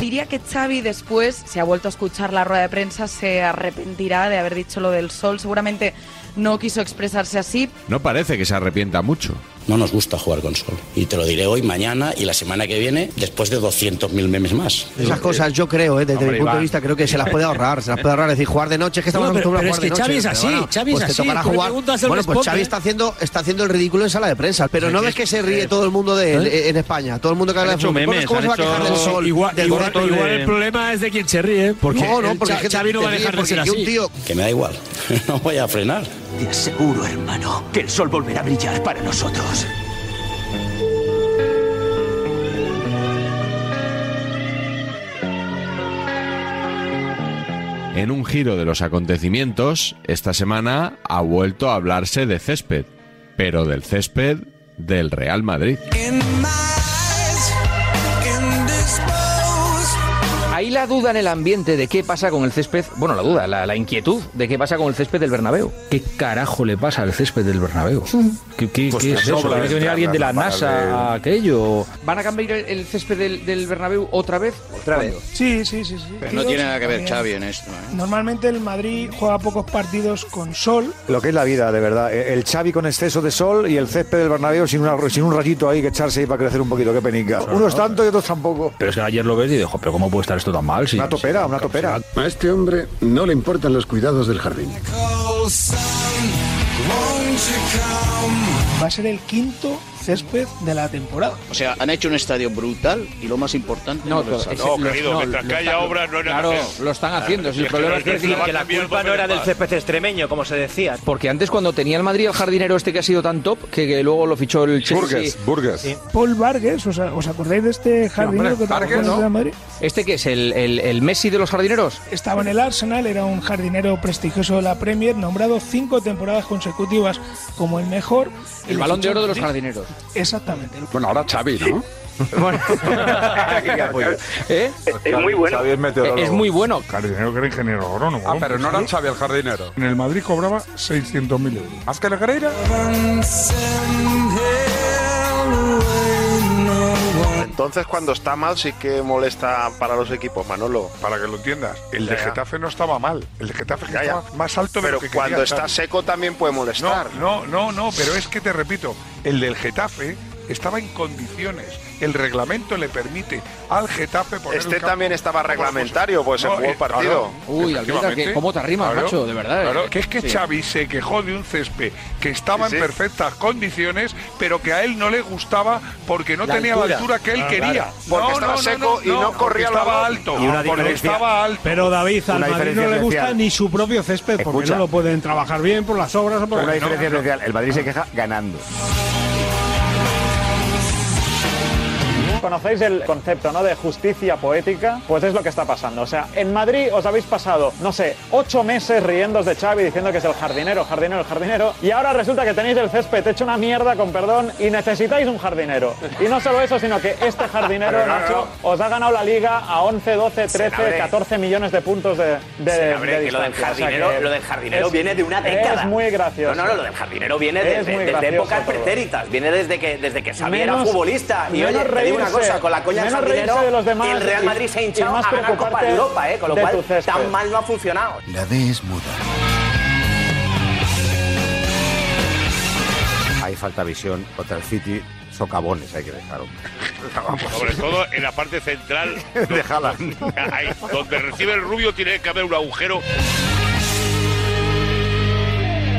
[SPEAKER 14] Diría que Xavi después, si ha vuelto a escuchar la rueda de prensa, se arrepentirá de haber dicho lo del sol. Seguramente no quiso expresarse así,
[SPEAKER 2] No parece que se arrepienta mucho.
[SPEAKER 7] No nos gusta jugar con sol. Y te lo diré hoy, mañana y la semana que viene, después de 200.000 memes más.
[SPEAKER 19] Esas cosas yo creo, ¿eh? desde
[SPEAKER 7] Hombre,
[SPEAKER 19] mi punto
[SPEAKER 7] Iván.
[SPEAKER 19] de vista, creo que se las puede ahorrar, se las puede ahorrar. Es decir, jugar de noche, es que estamos
[SPEAKER 37] No, pero-
[SPEAKER 19] acostumbrados a
[SPEAKER 37] pero
[SPEAKER 19] jugar
[SPEAKER 37] es
[SPEAKER 19] de
[SPEAKER 37] que
[SPEAKER 19] noche,
[SPEAKER 37] Xavi es
[SPEAKER 19] pero
[SPEAKER 37] así,
[SPEAKER 19] bueno,
[SPEAKER 37] Xavi es
[SPEAKER 19] pues te
[SPEAKER 37] así,
[SPEAKER 19] tocará
[SPEAKER 37] tú le
[SPEAKER 19] jugar.
[SPEAKER 37] preguntas, él
[SPEAKER 19] Bueno, pues
[SPEAKER 37] responde.
[SPEAKER 19] Xavi está haciendo, está haciendo el ridículo en sala de prensa, pero
[SPEAKER 37] Sí,
[SPEAKER 19] no
[SPEAKER 37] que
[SPEAKER 19] ves que se ríe todo el mundo de él eh, en España, todo el mundo que habla de fútbol. Bueno, ¿Cómo se va a quejar del sol?
[SPEAKER 37] Igual,
[SPEAKER 19] del
[SPEAKER 37] igual-
[SPEAKER 19] gordo,
[SPEAKER 37] igual
[SPEAKER 19] de-
[SPEAKER 37] el problema es de quien se ríe, porque,
[SPEAKER 19] No, no,
[SPEAKER 37] el
[SPEAKER 19] porque
[SPEAKER 37] Xa-
[SPEAKER 19] es que te-
[SPEAKER 37] Xavi no
[SPEAKER 19] te
[SPEAKER 37] va a dejar de
[SPEAKER 19] ríes
[SPEAKER 37] ser
[SPEAKER 19] porque
[SPEAKER 37] así.
[SPEAKER 19] que un tío-
[SPEAKER 7] Que me da igual. No voy a frenar.
[SPEAKER 37] Te aseguro, hermano, que el sol volverá a brillar para nosotros.
[SPEAKER 2] En un giro de los acontecimientos, esta semana ha vuelto a hablarse de césped, pero del césped del Real Madrid.
[SPEAKER 6] Ahí la duda en el ambiente de qué pasa con el césped, bueno, la duda, la, la inquietud de qué pasa con el césped del Bernabéu.
[SPEAKER 29] ¿Qué carajo le pasa al césped del Bernabéu?
[SPEAKER 12] Mm.
[SPEAKER 29] ¿Qué, qué-
[SPEAKER 6] Pues
[SPEAKER 29] qué
[SPEAKER 6] que
[SPEAKER 29] es
[SPEAKER 6] no
[SPEAKER 29] eso?
[SPEAKER 6] puede
[SPEAKER 29] ¿Tiene que venir
[SPEAKER 6] entrar
[SPEAKER 29] alguien de la
[SPEAKER 6] nada para el-
[SPEAKER 29] NASA a aquello?
[SPEAKER 6] ¿Van a cambiar el- el césped del, del Bernabéu otra vez? ¿Otra vez?
[SPEAKER 1] Sí, sí, sí, sí.
[SPEAKER 17] Pero no tiene nada que ver Xavi en esto. ¿eh?
[SPEAKER 1] Normalmente el Madrid juega pocos partidos con sol.
[SPEAKER 12] Lo que es la vida, de verdad. E, El Xavi con exceso de sol y el césped del Bernabéu sin, una- sin un rayito ahí que echarse ahí para crecer un poquito. Qué penica. Unos tanto y otros tampoco.
[SPEAKER 29] Pero es que ayer lo ves y dijo, pero ¿cómo puede estar esto tan mal? Si,
[SPEAKER 12] Una topera, una topera.
[SPEAKER 17] A este hombre no le importan los cuidados del jardín.
[SPEAKER 1] Va a ser el quinto césped de la temporada.
[SPEAKER 17] O sea, han hecho un estadio brutal y lo más importante.
[SPEAKER 38] No,
[SPEAKER 17] es
[SPEAKER 38] todo-
[SPEAKER 17] el-
[SPEAKER 38] es- No, lo- querido, no, mientras lo que haya están- obras, no hay nada claro, que hacer. Ah,
[SPEAKER 6] lo están haciendo, si el
[SPEAKER 38] Es que
[SPEAKER 6] problema
[SPEAKER 38] no
[SPEAKER 6] es que
[SPEAKER 38] es que
[SPEAKER 6] deciden
[SPEAKER 38] la
[SPEAKER 6] que la
[SPEAKER 38] cambian,
[SPEAKER 6] culpa
[SPEAKER 38] no
[SPEAKER 6] no era
[SPEAKER 38] pueden
[SPEAKER 6] del
[SPEAKER 38] más.
[SPEAKER 6] césped extremeño, como se decía.
[SPEAKER 14] Porque antes cuando tenía el Madrid al jardinero este que ha sido tan top, que, que luego lo fichó el Chelsea.
[SPEAKER 6] Burgess, Burgess.
[SPEAKER 1] Sí. Paul Vargas, ¿os, os acordáis de este jardinero que trabajó en el Real Madrid?
[SPEAKER 6] ¿Este que es? ¿El, el, el Messi de los jardineros?
[SPEAKER 1] Estaba en el Arsenal, era un jardinero prestigioso de la Premier, nombrado cinco temporadas consecutivas como el mejor.
[SPEAKER 6] El balón de oro de los
[SPEAKER 1] Madrid.
[SPEAKER 6] jardineros.
[SPEAKER 1] Exactamente.
[SPEAKER 17] Bueno, ahora Xavi, ¿no? ¿Eh? Es muy bueno.
[SPEAKER 5] Xavi es meteorólogo.
[SPEAKER 17] Es muy bueno.
[SPEAKER 5] Jardinero que era ingeniero agrónomo.
[SPEAKER 39] Ah, pero no era
[SPEAKER 5] Sí.
[SPEAKER 39] Xavi el jardinero.
[SPEAKER 5] En el Madrid cobraba 600.000 euros.
[SPEAKER 39] ¿Más que la Negreira?
[SPEAKER 12] Entonces, cuando está mal, sí que molesta para los equipos, Manolo.
[SPEAKER 5] Para que lo entiendas, El de Getafe no estaba mal. El de Getafe
[SPEAKER 12] Ya, ya.
[SPEAKER 5] estaba más alto de
[SPEAKER 12] Pero
[SPEAKER 5] lo que
[SPEAKER 12] cuando
[SPEAKER 5] quería
[SPEAKER 12] está
[SPEAKER 5] Xavi.
[SPEAKER 12] seco también puede molestar.
[SPEAKER 5] No, no, no, pero es que te repito, el del Getafe estaba en condiciones. El reglamento le permite al Getafe poner
[SPEAKER 12] Este
[SPEAKER 5] el campo
[SPEAKER 12] también estaba
[SPEAKER 5] como
[SPEAKER 12] reglamentario, pues se
[SPEAKER 5] No,
[SPEAKER 12] jugó el
[SPEAKER 5] eh,
[SPEAKER 12] partido.
[SPEAKER 5] claro,
[SPEAKER 12] Uy, Almeida,
[SPEAKER 5] efectivamente.
[SPEAKER 12] que- cómo te arrimas, macho, de verdad,
[SPEAKER 5] claro,
[SPEAKER 12] eh.
[SPEAKER 5] que es que
[SPEAKER 12] Sí.
[SPEAKER 5] Xavi se quejó de un césped que estaba
[SPEAKER 12] Sí,
[SPEAKER 5] en
[SPEAKER 12] sí.
[SPEAKER 5] perfectas conciones, pero que a él no le gustaba porque no
[SPEAKER 12] La
[SPEAKER 5] tenía
[SPEAKER 12] altura.
[SPEAKER 5] la altura que él
[SPEAKER 12] Ah,
[SPEAKER 5] quería.
[SPEAKER 12] claro. Porque estaba seco y no
[SPEAKER 5] porque
[SPEAKER 12] corría la
[SPEAKER 5] estaba
[SPEAKER 12] bola.
[SPEAKER 5] alto,
[SPEAKER 12] Y una
[SPEAKER 5] porque
[SPEAKER 12] diferencia-
[SPEAKER 5] estaba alto.
[SPEAKER 19] Pero David, al
[SPEAKER 5] Una
[SPEAKER 19] Madrid no
[SPEAKER 5] diferencia
[SPEAKER 19] le gusta
[SPEAKER 5] esencial.
[SPEAKER 19] ni su propio césped porque
[SPEAKER 5] Escucha.
[SPEAKER 19] no lo pueden trabajar bien por las obras o por
[SPEAKER 5] Una
[SPEAKER 19] No,
[SPEAKER 5] diferencia
[SPEAKER 19] no.
[SPEAKER 5] esencial.
[SPEAKER 40] El Madrid se queja ganando.
[SPEAKER 17] Conocéis el concepto ¿no? de justicia poética, pues es lo que está pasando. O sea, en Madrid os habéis pasado, no sé, ocho meses riéndos de Xavi diciendo que es el jardinero, jardinero, el jardinero, y ahora resulta que tenéis el césped hecho una mierda, con perdón, y necesitáis un jardinero. Y no solo eso, sino que este jardinero, Pero no, Nacho, os ha ganado la liga a 11, 12, 13,
[SPEAKER 10] Senabre.
[SPEAKER 17] 14 millones de puntos de, de,
[SPEAKER 10] Senabre,
[SPEAKER 17] de
[SPEAKER 10] que lo del
[SPEAKER 17] distancia.
[SPEAKER 10] jardinero- lo del jardinero viene de una
[SPEAKER 17] Es
[SPEAKER 10] década.
[SPEAKER 17] muy gracioso.
[SPEAKER 10] No, no, no, lo del jardinero viene
[SPEAKER 17] Es
[SPEAKER 10] desde,
[SPEAKER 17] muy
[SPEAKER 10] desde
[SPEAKER 17] gracioso
[SPEAKER 10] épocas
[SPEAKER 17] todo.
[SPEAKER 10] pretéritas, viene desde que, desde que Xavi era
[SPEAKER 17] Menos-
[SPEAKER 10] futbolista. Y oye,
[SPEAKER 17] menos
[SPEAKER 10] te digo una
[SPEAKER 17] reírse,
[SPEAKER 10] cosa, con la coña del
[SPEAKER 17] menos reírse
[SPEAKER 10] jardinero,
[SPEAKER 17] de los demás
[SPEAKER 10] el Real
[SPEAKER 17] y-
[SPEAKER 10] Madrid se ha
[SPEAKER 17] y
[SPEAKER 10] hinchado
[SPEAKER 17] más
[SPEAKER 10] a ganar Copa
[SPEAKER 17] preocuparte
[SPEAKER 10] de Europa, eh, con lo
[SPEAKER 17] de
[SPEAKER 10] cual
[SPEAKER 17] tu césped.
[SPEAKER 10] tan mal no ha funcionado.
[SPEAKER 6] La D es muda.
[SPEAKER 40] Hay falta visión, Hotel City, socavones hay que dejar. hombre.
[SPEAKER 41] Sobre todo en la parte central.
[SPEAKER 40] De Haaland.
[SPEAKER 41] Ahí, donde recibe el rubio tiene que haber un agujero.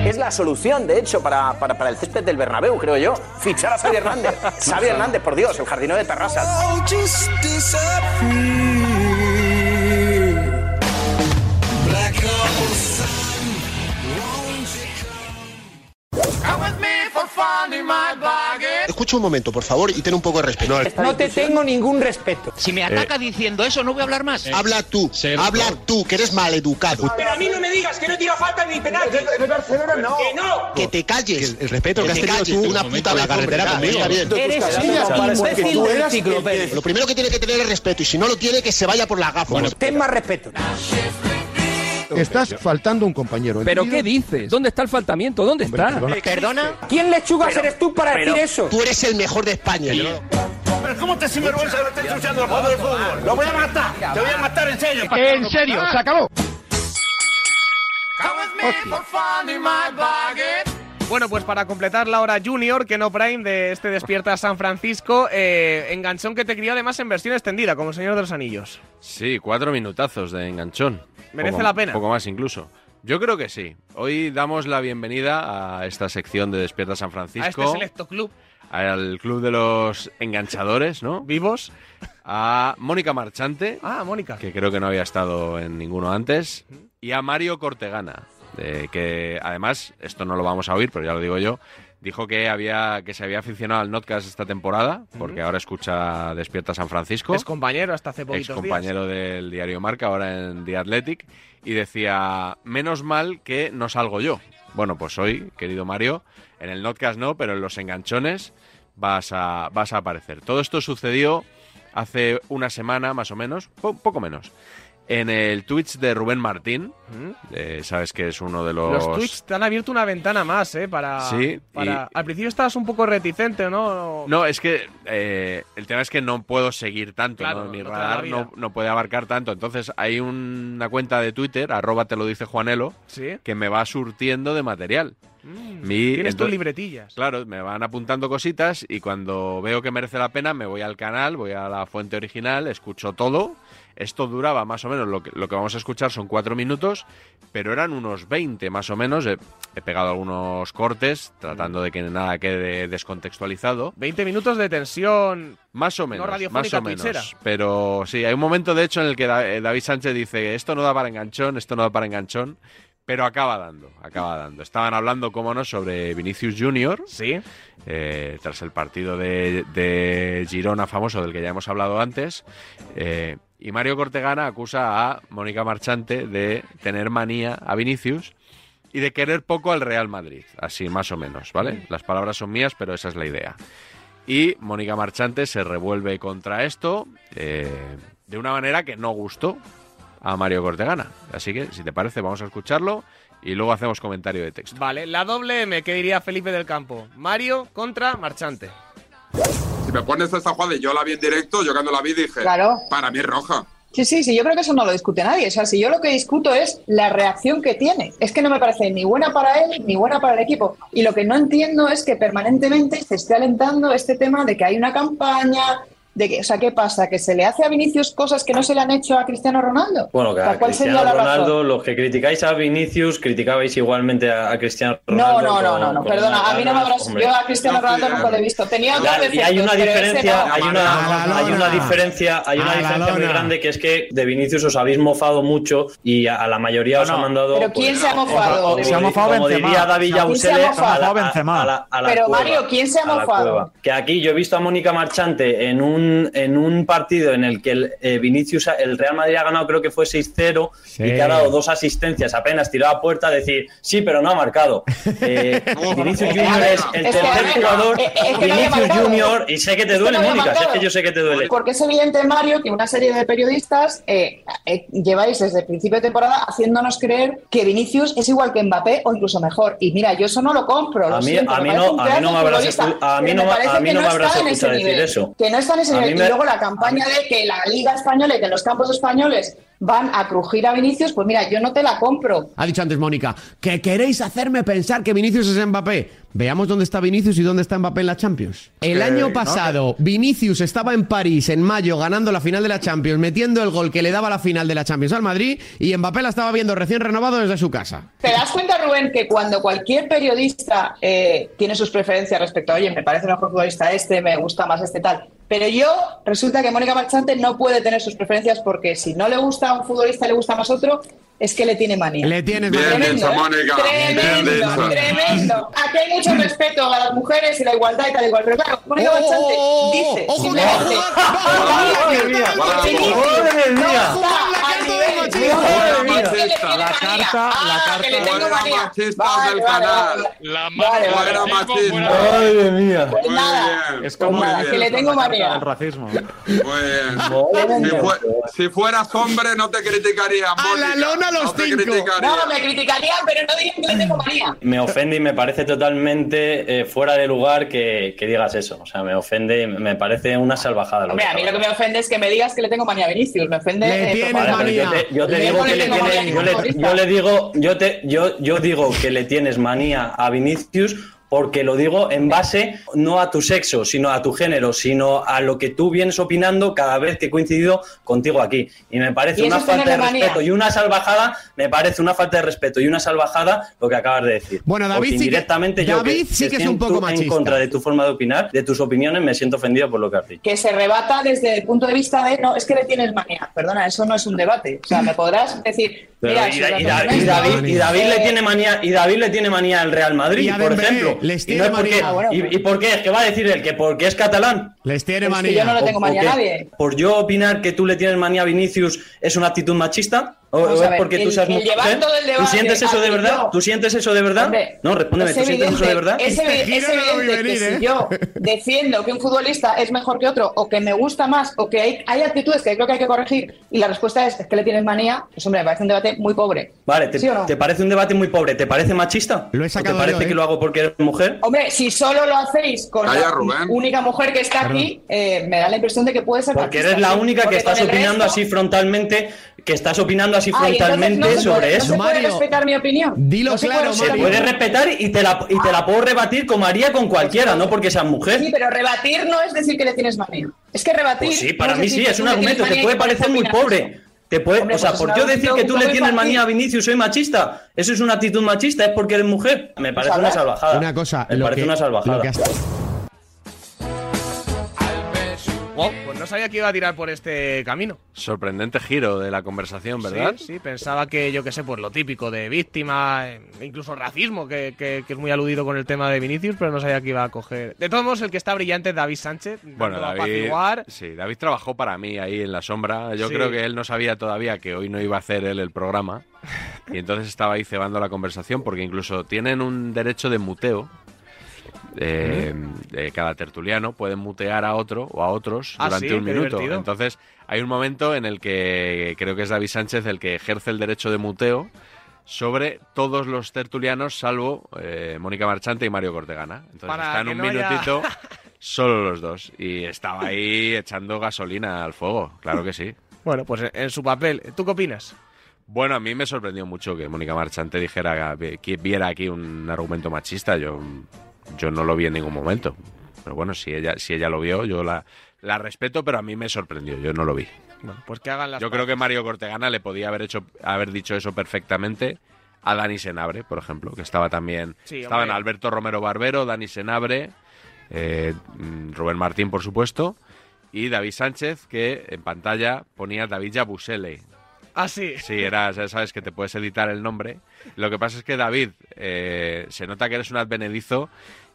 [SPEAKER 10] Es la solución, de hecho, para, para, para el césped del Bernabéu, creo yo. Fichar a Xavi Hernández. Xavi Hernández, por Dios, el jardinero de Terrassa.
[SPEAKER 30] Escucha un momento, por favor, y ten un poco de respeto.
[SPEAKER 29] No te tengo ningún respeto.
[SPEAKER 30] Si
[SPEAKER 5] Eh.
[SPEAKER 30] me
[SPEAKER 29] ataca
[SPEAKER 30] diciendo eso, no voy a hablar más. habla tú, habla tú, que eres maleducado.
[SPEAKER 29] Pero a mí no me digas que no tira falta ni penalti. En el Barcelona no. Que no.
[SPEAKER 30] Que te calles. el respeto que has tenido tú, una puta vez, hombre, ya, está bien.
[SPEAKER 29] Eres
[SPEAKER 30] Tú
[SPEAKER 29] un
[SPEAKER 30] estás hablando
[SPEAKER 29] imbécil
[SPEAKER 30] porque tú
[SPEAKER 29] del
[SPEAKER 30] eras el que-
[SPEAKER 29] enciclopedia.
[SPEAKER 30] Lo primero que tiene que tener es respeto, y si no lo tiene, que se vaya por la gafa.
[SPEAKER 29] Ten más respeto.
[SPEAKER 1] Estás faltando un compañero.
[SPEAKER 29] ¿Pero qué dices? ¿Dónde está el faltamiento? ¿Dónde está?
[SPEAKER 30] ¿Perdona?
[SPEAKER 29] ¿Quién lechugas eres tú para decir eso?
[SPEAKER 30] Tú eres el mejor de España.
[SPEAKER 42] Pero ¿cómo te sinvergüenza lo estás ensuciando el juego del fútbol? ¡Lo voy a matar! ¡Te voy a matar en serio!
[SPEAKER 30] En serio, se acabó.
[SPEAKER 1] Bueno, pues para completar la hora junior, que no prime, de este Despierta San Francisco, eh, enganchón que te crió además en versión extendida, como Señor de los Anillos.
[SPEAKER 2] Sí, cuatro minutazos de enganchón.
[SPEAKER 1] Merece
[SPEAKER 2] Poco-
[SPEAKER 1] la pena.
[SPEAKER 2] Poco más incluso. Yo creo que sí. Hoy damos la bienvenida a esta sección de Despierta San
[SPEAKER 1] A
[SPEAKER 2] Francisco.
[SPEAKER 1] este selecto club.
[SPEAKER 2] al club de los enganchadores, ¿no? Vivos. A Mónica Marchante.
[SPEAKER 1] Ah, Mónica.
[SPEAKER 2] Que creo que no había estado en ninguno antes. Y a Mario Cortegana. eh, que además, esto no lo vamos a oír, pero ya lo digo yo. Dijo que había que se había aficionado al Notcast esta temporada, porque ahora escucha Despierta San Francisco
[SPEAKER 1] Es compañero hasta hace poquitos
[SPEAKER 2] ex
[SPEAKER 1] días.
[SPEAKER 2] compañero del diario Marca, ahora en The Athletic, y decía, menos mal que no salgo yo. Bueno, pues hoy, querido Mario, en el podcast no, pero en los enganchones vas a, vas a aparecer. Todo esto sucedió hace una semana más o menos, po- poco menos, en el Twitch de Rubén Martín.
[SPEAKER 1] ¿Mm?
[SPEAKER 2] Eh, sabes que es uno de los...
[SPEAKER 1] Los Twitch te han abierto una ventana más, ¿eh? Para,
[SPEAKER 2] Sí,
[SPEAKER 1] para-
[SPEAKER 2] y-
[SPEAKER 1] Al principio estabas un poco reticente, ¿no?
[SPEAKER 2] No, es que eh, el tema es que no puedo seguir tanto,
[SPEAKER 1] Claro,
[SPEAKER 2] ¿no? mi
[SPEAKER 1] no te da la
[SPEAKER 2] radar
[SPEAKER 1] vida.
[SPEAKER 2] no, no puede abarcar tanto. Entonces hay una cuenta de Twitter, arroba te lo dice Juanelo,
[SPEAKER 1] Sí.
[SPEAKER 2] que me va surtiendo de material.
[SPEAKER 1] Mm,
[SPEAKER 2] Mi-
[SPEAKER 1] Tienes tus
[SPEAKER 2] ento-
[SPEAKER 1] libretillas.
[SPEAKER 2] Claro, me van apuntando cositas y cuando veo que merece la pena me voy al canal, voy a la fuente original, escucho todo. Esto duraba más o menos, lo que, lo que vamos a escuchar son cuatro minutos, pero eran unos 20 más o menos. He, he pegado algunos cortes tratando de que nada quede descontextualizado.
[SPEAKER 1] 20 minutos de tensión.
[SPEAKER 2] Más o menos, más
[SPEAKER 1] radiofónica,
[SPEAKER 2] o menos.
[SPEAKER 1] twitchera.
[SPEAKER 2] Pero sí, hay un momento de hecho en el que Da- eh, David Sánchez dice esto no da para enganchón, esto no da para enganchón, pero acaba dando, acaba dando. Estaban hablando, cómo no, sobre Vinicius Junior. eh,
[SPEAKER 1] Sí.
[SPEAKER 2] tras el partido de, de Girona famoso del que ya hemos hablado antes. eh, y Mario Cortegana acusa a Mónica Marchante de tener manía a Vinicius y de querer poco al Real Madrid. Así, más o menos, ¿vale? Las palabras son mías, pero esa es la idea. Y Mónica Marchante se revuelve contra esto eh, de una manera que no gustó a Mario Cortegana. Así que, si te parece, vamos a escucharlo y luego hacemos comentario de texto.
[SPEAKER 19] Vale, la doble M, que diría Felipe del Campo. Mario contra Marchante.
[SPEAKER 3] Si me pones esta jugada y yo la vi en directo, yo cuando la vi dije,
[SPEAKER 9] Claro.
[SPEAKER 3] para mí es roja.
[SPEAKER 9] Sí, sí, sí, yo creo que eso no lo discute nadie. O sea, si yo lo que discuto es la reacción que tiene. Es que no me parece ni buena para él ni buena para el equipo. Y lo que no entiendo es que permanentemente se esté alentando este tema de que hay una campaña, de que, o sea, ¿qué pasa? ¿Que se le hace a Vinicius cosas que no se le han hecho a Cristiano Ronaldo?
[SPEAKER 24] Bueno, que
[SPEAKER 9] O
[SPEAKER 24] a
[SPEAKER 9] sea, ¿cuál sería
[SPEAKER 24] Cristiano
[SPEAKER 9] la razón?
[SPEAKER 24] Ronaldo, los que criticáis a Vinicius, criticabais igualmente a, a Cristiano
[SPEAKER 9] No, no,
[SPEAKER 24] Ronaldo.
[SPEAKER 9] no,
[SPEAKER 24] con-
[SPEAKER 9] no, no,
[SPEAKER 24] con
[SPEAKER 9] perdona,
[SPEAKER 24] unas
[SPEAKER 9] a mí no me
[SPEAKER 24] ganas,
[SPEAKER 9] habrás.
[SPEAKER 24] hombre.
[SPEAKER 9] Yo a Cristiano Ronaldo tampoco lo he visto. Tenía otros
[SPEAKER 24] Claro, y hay
[SPEAKER 9] defectos,
[SPEAKER 24] una
[SPEAKER 9] pero ese
[SPEAKER 24] diferencia,
[SPEAKER 9] no.
[SPEAKER 24] hay una, hay una diferencia, hay una
[SPEAKER 9] A la
[SPEAKER 24] diferencia muy
[SPEAKER 9] lona.
[SPEAKER 24] grande que es que de Vinicius os habéis mofado mucho y a, a la mayoría os ha mandado. pues,
[SPEAKER 9] Pero ¿quién se ha mofado?
[SPEAKER 24] como
[SPEAKER 15] Se ha
[SPEAKER 24] di-
[SPEAKER 15] mofado
[SPEAKER 24] como
[SPEAKER 15] Benzema.
[SPEAKER 24] diría
[SPEAKER 15] ¿Quién
[SPEAKER 24] David
[SPEAKER 15] se ha
[SPEAKER 24] Yabusele,
[SPEAKER 15] mofado?
[SPEAKER 24] a la- a-
[SPEAKER 15] Benzema.
[SPEAKER 24] a la- a la
[SPEAKER 9] Pero
[SPEAKER 24] cueva,
[SPEAKER 9] Mario, ¿quién se ha
[SPEAKER 24] a la
[SPEAKER 9] mofado?
[SPEAKER 24] cueva. Que aquí yo he visto a Mónica Marchante en un en un partido en el que el eh, Vinicius, el Real Madrid ha ganado, creo que fue 6-0 y que ha dado dos asistencias, apenas tirado a puerta, decir sí, pero no ha marcado. Eh, Vinicius Junior es el
[SPEAKER 9] Es que,
[SPEAKER 24] tercer
[SPEAKER 9] eh,
[SPEAKER 24] jugador.
[SPEAKER 9] eh, es que no había
[SPEAKER 24] Vinicius
[SPEAKER 9] marcado.
[SPEAKER 24] Junior y sé que te
[SPEAKER 9] Es que
[SPEAKER 24] duele,
[SPEAKER 9] no había
[SPEAKER 24] Mónica, si es
[SPEAKER 9] marcado.
[SPEAKER 24] que yo sé que te duele.
[SPEAKER 9] Pues Porque es evidente, Mario, que una serie de periodistas eh, eh, lleváis desde el principio de temporada haciéndonos creer que Vinicius es igual que Mbappé o incluso mejor. Y mira, yo eso no lo compro. lo
[SPEAKER 24] A mí-
[SPEAKER 9] siento,
[SPEAKER 24] a
[SPEAKER 9] me
[SPEAKER 24] mí
[SPEAKER 9] parece
[SPEAKER 24] no-
[SPEAKER 9] un
[SPEAKER 24] a mí
[SPEAKER 9] pedazo
[SPEAKER 24] no me
[SPEAKER 9] de
[SPEAKER 24] habrás
[SPEAKER 9] futbolista,
[SPEAKER 24] escu- a mí
[SPEAKER 9] pero
[SPEAKER 24] no
[SPEAKER 9] me
[SPEAKER 24] me- a
[SPEAKER 9] parece
[SPEAKER 24] mí
[SPEAKER 9] que
[SPEAKER 24] no me
[SPEAKER 9] está
[SPEAKER 24] habrás
[SPEAKER 9] en ese
[SPEAKER 24] escuchado decir
[SPEAKER 9] nivel,
[SPEAKER 24] eso.
[SPEAKER 9] Que no está en ese nivel.
[SPEAKER 24] A mí me-
[SPEAKER 9] Y luego la campaña de que la Liga Española y que los campos españoles van a crujir a Vinicius, pues mira, yo no te la compro.
[SPEAKER 21] Ha dicho antes Mónica que queréis hacerme pensar que Vinicius es Mbappé. Veamos dónde está Vinicius y dónde está Mbappé en la Champions. El
[SPEAKER 23] Que-
[SPEAKER 21] año
[SPEAKER 23] no,
[SPEAKER 21] pasado, Vinicius estaba en París en mayo ganando la final de la Champions, metiendo el gol que le daba la final de la Champions al Madrid y Mbappé la estaba viendo recién renovado desde su casa.
[SPEAKER 9] ¿Te das cuenta, Rubén, que cuando cualquier periodista eh, tiene sus preferencias respecto a, oye, me parece mejor futbolista este, me gusta más este tal? Pero yo, resulta que Mónica Marchante no puede tener sus preferencias porque si no le gusta a un futbolista y le gusta más otro, es que le tiene manía.
[SPEAKER 21] Le tienes
[SPEAKER 3] Bien
[SPEAKER 21] manía.
[SPEAKER 3] dicho, Mónica. Bien
[SPEAKER 9] ¿eh? Tremendo,
[SPEAKER 3] dicho.
[SPEAKER 9] tremendo. Aquí hay mucho respeto a las mujeres y la igualdad y tal igual. Pero claro, Mónica Marchante dice. simplemente,
[SPEAKER 17] ¡Madre mía!
[SPEAKER 9] "Vinicius no
[SPEAKER 17] mía!
[SPEAKER 9] está al nivel".
[SPEAKER 17] La carta, la carta.
[SPEAKER 3] Machistas del canal.
[SPEAKER 17] La
[SPEAKER 9] Vale, vale.
[SPEAKER 3] Fuera machismo.
[SPEAKER 17] Madre mía.
[SPEAKER 9] Pues nada,
[SPEAKER 3] Es
[SPEAKER 9] como nada, que le tengo manía.
[SPEAKER 1] El racismo.
[SPEAKER 3] Pues, Si, fue- si fueras hombre, no te criticaría. A la lona los
[SPEAKER 9] No, me criticarían, pero no digan que le tengo manía.
[SPEAKER 24] Me ofende y me parece totalmente eh, fuera de lugar que, que digas eso. O sea, me ofende y me parece una salvajada. Lo que
[SPEAKER 9] Hombre, a mí lo que me ofende es que me digas que le tengo manía a Vinicius. Me ofende. eh,
[SPEAKER 24] Vale,
[SPEAKER 9] totalmente.
[SPEAKER 24] pero yo te- yo te
[SPEAKER 9] Le
[SPEAKER 24] digo
[SPEAKER 9] tengo
[SPEAKER 24] que le
[SPEAKER 9] manía
[SPEAKER 24] tienes-
[SPEAKER 9] como
[SPEAKER 24] yo le-
[SPEAKER 9] futbolista.
[SPEAKER 24] yo le digo, yo te, yo, yo digo que le tienes manía a Vinicius porque lo digo en base no a tu sexo, sino a tu género, sino a lo que tú vienes opinando cada vez que he coincidido contigo aquí. Y me parece
[SPEAKER 9] Y eso
[SPEAKER 24] una
[SPEAKER 13] es
[SPEAKER 24] falta de
[SPEAKER 13] tenerle manía.
[SPEAKER 24] respeto y una salvajada, me parece una falta de respeto y una salvajada lo que acabas de decir.
[SPEAKER 21] Bueno, David
[SPEAKER 24] Porque
[SPEAKER 21] sí que-
[SPEAKER 24] indirectamente yo
[SPEAKER 21] David
[SPEAKER 24] que
[SPEAKER 21] sí
[SPEAKER 24] me
[SPEAKER 21] que es un poco
[SPEAKER 24] siento en
[SPEAKER 21] machista.
[SPEAKER 24] contra de tu forma de opinar, de tus opiniones, me siento ofendido por lo que has dicho.
[SPEAKER 9] que se rebata desde el punto de vista de no, es que le tienes manía. Perdona, eso no es un debate. O sea, me podrás decir.
[SPEAKER 24] Pero
[SPEAKER 9] mira,
[SPEAKER 24] y,
[SPEAKER 9] si
[SPEAKER 24] Da-
[SPEAKER 9] lo
[SPEAKER 24] y Da-
[SPEAKER 9] hacemos
[SPEAKER 24] y David,
[SPEAKER 9] esto,
[SPEAKER 24] y David
[SPEAKER 9] eh,
[SPEAKER 24] le tiene manía y David le tiene manía al Real
[SPEAKER 21] Y
[SPEAKER 24] Madrid,
[SPEAKER 21] a
[SPEAKER 24] por
[SPEAKER 21] Dembélé,
[SPEAKER 24] ejemplo.
[SPEAKER 21] les
[SPEAKER 24] y,
[SPEAKER 21] tiene
[SPEAKER 24] es porque-
[SPEAKER 21] manía. Ah, bueno,
[SPEAKER 24] y- y por qué es que va a decir él que porque es catalán.
[SPEAKER 21] Les tiene
[SPEAKER 24] Es que
[SPEAKER 21] manía.
[SPEAKER 24] yo no le
[SPEAKER 21] O-
[SPEAKER 24] tengo
[SPEAKER 21] o
[SPEAKER 24] manía a
[SPEAKER 21] que-
[SPEAKER 24] nadie. Por yo opinar que tú le tienes manía a Vinicius es una actitud machista o,
[SPEAKER 9] Vamos
[SPEAKER 24] o
[SPEAKER 9] a
[SPEAKER 24] es
[SPEAKER 9] ver,
[SPEAKER 24] porque tú
[SPEAKER 9] el-
[SPEAKER 24] seas
[SPEAKER 9] el
[SPEAKER 24] mujer.
[SPEAKER 9] llevar todo el
[SPEAKER 24] ¿Tú
[SPEAKER 9] debate
[SPEAKER 24] sientes eso de
[SPEAKER 9] aquí,
[SPEAKER 24] verdad?
[SPEAKER 9] no.
[SPEAKER 24] ¿Tú sientes eso de verdad?
[SPEAKER 9] Hombre,
[SPEAKER 24] no, respóndeme,
[SPEAKER 9] es
[SPEAKER 24] ¿tú sientes eso
[SPEAKER 9] evidente-
[SPEAKER 24] de verdad?
[SPEAKER 9] Es, evi- es evidente que si yo defiendo que un futbolista es mejor que otro o que me gusta más o que hay, hay actitudes que creo que hay que corregir y la respuesta es, es que le tienes manía, pues hombre, me parece un debate muy pobre.
[SPEAKER 24] Vale, te,
[SPEAKER 9] ¿Sí o no?
[SPEAKER 24] te parece un debate muy pobre? ¿Te parece machista? ¿O
[SPEAKER 9] sacado
[SPEAKER 24] ¿Te parece
[SPEAKER 9] yo, ¿eh?
[SPEAKER 24] que lo hago porque eres mujer?
[SPEAKER 9] Hombre, si solo lo hacéis con
[SPEAKER 24] Calla,
[SPEAKER 9] la
[SPEAKER 24] Rubén.
[SPEAKER 9] única mujer que está aquí, eh, me da la impresión de que puede ser ¿eh?
[SPEAKER 24] Porque eres la única que estás opinando así frontalmente, que estás opinando así frontalmente sobre eso.
[SPEAKER 9] No se puede respetar mi opinión.
[SPEAKER 21] Dilo
[SPEAKER 9] No se puede
[SPEAKER 21] claro,
[SPEAKER 9] respetar mi
[SPEAKER 24] Puedes
[SPEAKER 9] opinión.
[SPEAKER 24] respetar y te, la, y te la puedo rebatir como haría con cualquiera, no porque seas mujer.
[SPEAKER 9] Sí, pero rebatir no es decir que le tienes manía. Es que rebatir.
[SPEAKER 24] Pues sí, para
[SPEAKER 9] no
[SPEAKER 24] mí
[SPEAKER 9] decir
[SPEAKER 24] sí,
[SPEAKER 9] que
[SPEAKER 24] es
[SPEAKER 9] tú
[SPEAKER 24] un
[SPEAKER 9] le tienes
[SPEAKER 24] argumento. Te
[SPEAKER 9] manía y que
[SPEAKER 24] puede
[SPEAKER 9] puedes
[SPEAKER 24] parecer muy
[SPEAKER 9] opinar.
[SPEAKER 24] pobre. Te puede,
[SPEAKER 9] Hombre,
[SPEAKER 24] o sea,
[SPEAKER 9] pues
[SPEAKER 24] por
[SPEAKER 9] es
[SPEAKER 24] yo
[SPEAKER 9] un
[SPEAKER 24] decir que
[SPEAKER 9] argumento
[SPEAKER 24] tú le
[SPEAKER 9] muy
[SPEAKER 24] tienes manía a
[SPEAKER 9] fácil.
[SPEAKER 24] Vinicius, soy machista, eso es una actitud machista, es porque eres mujer.
[SPEAKER 9] Pues
[SPEAKER 24] Me parece una
[SPEAKER 21] Sabrás.
[SPEAKER 24] salvajada.
[SPEAKER 21] Una cosa,
[SPEAKER 24] me
[SPEAKER 21] lo
[SPEAKER 24] parece
[SPEAKER 21] que-
[SPEAKER 24] una salvajada.
[SPEAKER 21] lo que has-
[SPEAKER 19] Wow, pues no sabía que iba a tirar por este camino.
[SPEAKER 2] Sorprendente giro de la conversación, ¿verdad?
[SPEAKER 19] Sí, sí, pensaba que, yo qué sé, pues lo típico de víctima, eh, incluso racismo, que, que- que es muy aludido con el tema de Vinicius, pero no sabía que iba a coger. De todos modos, el que está brillante es David Sánchez.
[SPEAKER 2] Bueno,
[SPEAKER 19] dando a
[SPEAKER 2] David,
[SPEAKER 19] apaciguar.
[SPEAKER 2] sí, David trabajó para mí ahí en la sombra. Yo
[SPEAKER 19] Sí.
[SPEAKER 2] creo que él no sabía todavía que hoy no iba a hacer él el programa. Y entonces estaba ahí cebando la conversación porque incluso tienen un derecho de muteo eh, eh, cada tertuliano puede mutear a otro o a otros
[SPEAKER 1] Ah,
[SPEAKER 2] durante
[SPEAKER 1] sí,
[SPEAKER 2] un
[SPEAKER 1] qué
[SPEAKER 2] minuto.
[SPEAKER 1] divertido.
[SPEAKER 2] Entonces, hay un momento en el que creo que es David Sánchez el que ejerce el derecho de muteo sobre todos los tertulianos, salvo eh, Mónica Marchante y Mario Cortegana. Entonces,
[SPEAKER 1] Para
[SPEAKER 2] están
[SPEAKER 1] que
[SPEAKER 2] Pues un
[SPEAKER 1] no haya-
[SPEAKER 2] minutito solo los dos. Y estaba ahí echando gasolina al fuego, claro que sí.
[SPEAKER 1] Bueno, pues en- en su papel. ¿Tú qué opinas?
[SPEAKER 2] Bueno, a mí me sorprendió mucho que Mónica Marchante dijera que viera aquí un argumento machista. Yo, yo no lo vi en ningún momento. Pero bueno, si ella, si ella lo vio, yo la, la respeto, pero a mí me sorprendió. Yo no lo vi.
[SPEAKER 1] Bueno, pues que hagan las
[SPEAKER 2] Yo creo que Mario Cortegana le podía haber hecho, haber dicho eso perfectamente a Dani Senabre, por ejemplo, que estaba también.
[SPEAKER 1] Sí,
[SPEAKER 2] estaban
[SPEAKER 1] hombre.
[SPEAKER 2] Alberto Romero Barbero, Dani Senabre, eh, mm, Rubén Martín, por supuesto, y David Sánchez, que en pantalla ponía David Yabusele.
[SPEAKER 1] Ah, sí.
[SPEAKER 2] Sí, era, ya sabes que te puedes editar el nombre. Lo que pasa es que David, eh, se nota que eres un advenedizo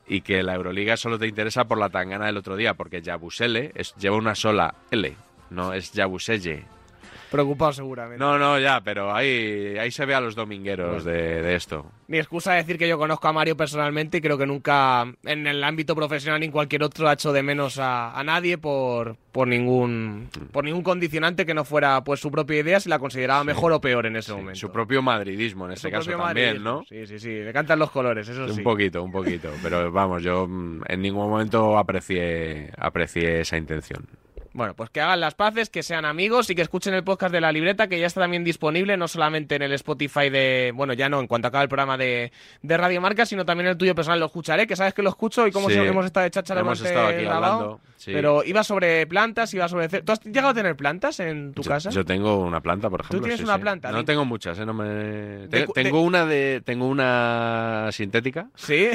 [SPEAKER 2] y que la Euroliga solo te interesa por la tangana del otro día, porque Yabusele es- lleva una sola L, no es Yabuselle.
[SPEAKER 1] Preocupado seguramente.
[SPEAKER 2] No, no, ya, pero ahí, ahí se ve a los domingueros Pues de, de esto.
[SPEAKER 1] Mi excusa es decir que yo conozco a Mario personalmente y creo que nunca en el ámbito profesional ni en cualquier otro ha hecho de menos a, a nadie por, por ningún
[SPEAKER 2] Mm,
[SPEAKER 1] por ningún condicionante que no fuera pues su propia idea si la consideraba mejor o peor en ese momento.
[SPEAKER 2] Su propio madridismo en este
[SPEAKER 1] Su
[SPEAKER 2] caso
[SPEAKER 1] propio
[SPEAKER 2] también,
[SPEAKER 1] madridismo.
[SPEAKER 2] ¿no?
[SPEAKER 1] Sí, sí, sí. Le cantan los colores, eso sí.
[SPEAKER 2] Un poquito, un poquito. Pero vamos, yo mm, en ningún momento aprecié, aprecié esa intención.
[SPEAKER 1] Bueno, pues que hagan las paces, que sean amigos y que escuchen el podcast de la libreta, que ya está también disponible, no solamente en el Spotify de. Bueno, ya no, en cuanto acabe el programa de, de Radio Marca, sino también el tuyo personal. Lo escucharé, que sabes que lo escucho y como
[SPEAKER 2] Sí.
[SPEAKER 1] siempre hemos estado de cháchara
[SPEAKER 2] Hemos
[SPEAKER 1] durante
[SPEAKER 2] estado aquí
[SPEAKER 1] el lavado,
[SPEAKER 2] hablando, sí.
[SPEAKER 1] Pero iba sobre plantas, iba sobre. ce- ¿Tú has llegado a tener plantas en tu casa?
[SPEAKER 2] Yo tengo una planta, por ejemplo.
[SPEAKER 1] tienes
[SPEAKER 2] sí,
[SPEAKER 1] una
[SPEAKER 2] sí.
[SPEAKER 1] planta,
[SPEAKER 2] No
[SPEAKER 1] Lin-
[SPEAKER 2] tengo muchas, ¿eh? No me...
[SPEAKER 1] De
[SPEAKER 2] Tengo,
[SPEAKER 1] cu- de-
[SPEAKER 2] tengo una de, tengo una sintética.
[SPEAKER 1] Sí.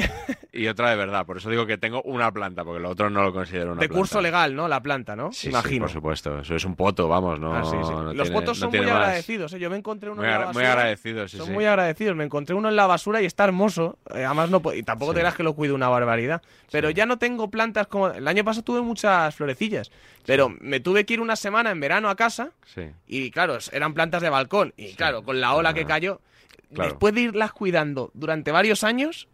[SPEAKER 2] Y otra de verdad. Por eso digo que tengo una planta, porque lo otro no lo considero una
[SPEAKER 1] de
[SPEAKER 2] planta.
[SPEAKER 1] curso legal, ¿no? La planta, ¿no?
[SPEAKER 2] Sí, sí,
[SPEAKER 1] Imagino.
[SPEAKER 2] por supuesto. Eso es un poto, vamos. No,
[SPEAKER 1] Ah, sí, sí.
[SPEAKER 2] no
[SPEAKER 1] Los
[SPEAKER 2] tiene-
[SPEAKER 1] fotos
[SPEAKER 2] no
[SPEAKER 1] son
[SPEAKER 2] tiene
[SPEAKER 1] muy
[SPEAKER 2] más.
[SPEAKER 1] agradecidos. ¿eh? Yo me encontré uno
[SPEAKER 2] Muy
[SPEAKER 1] en la
[SPEAKER 2] agra- muy
[SPEAKER 1] basura.
[SPEAKER 2] agradecidos, sí,
[SPEAKER 1] Son
[SPEAKER 2] sí.
[SPEAKER 1] muy agradecidos. Me encontré uno en la basura y está hermoso. Eh, además, no po- y tampoco te creas que lo cuido una barbaridad. Pero ya no tengo plantas como. El año pasado tuve muchas florecillas. Pero me tuve que ir una semana en verano a casa.
[SPEAKER 2] Sí.
[SPEAKER 1] Y claro, es- eran plantas de balcón. Y claro, con la ola que cayó.
[SPEAKER 2] Ah. Claro.
[SPEAKER 1] Después de irlas cuidando durante varios años.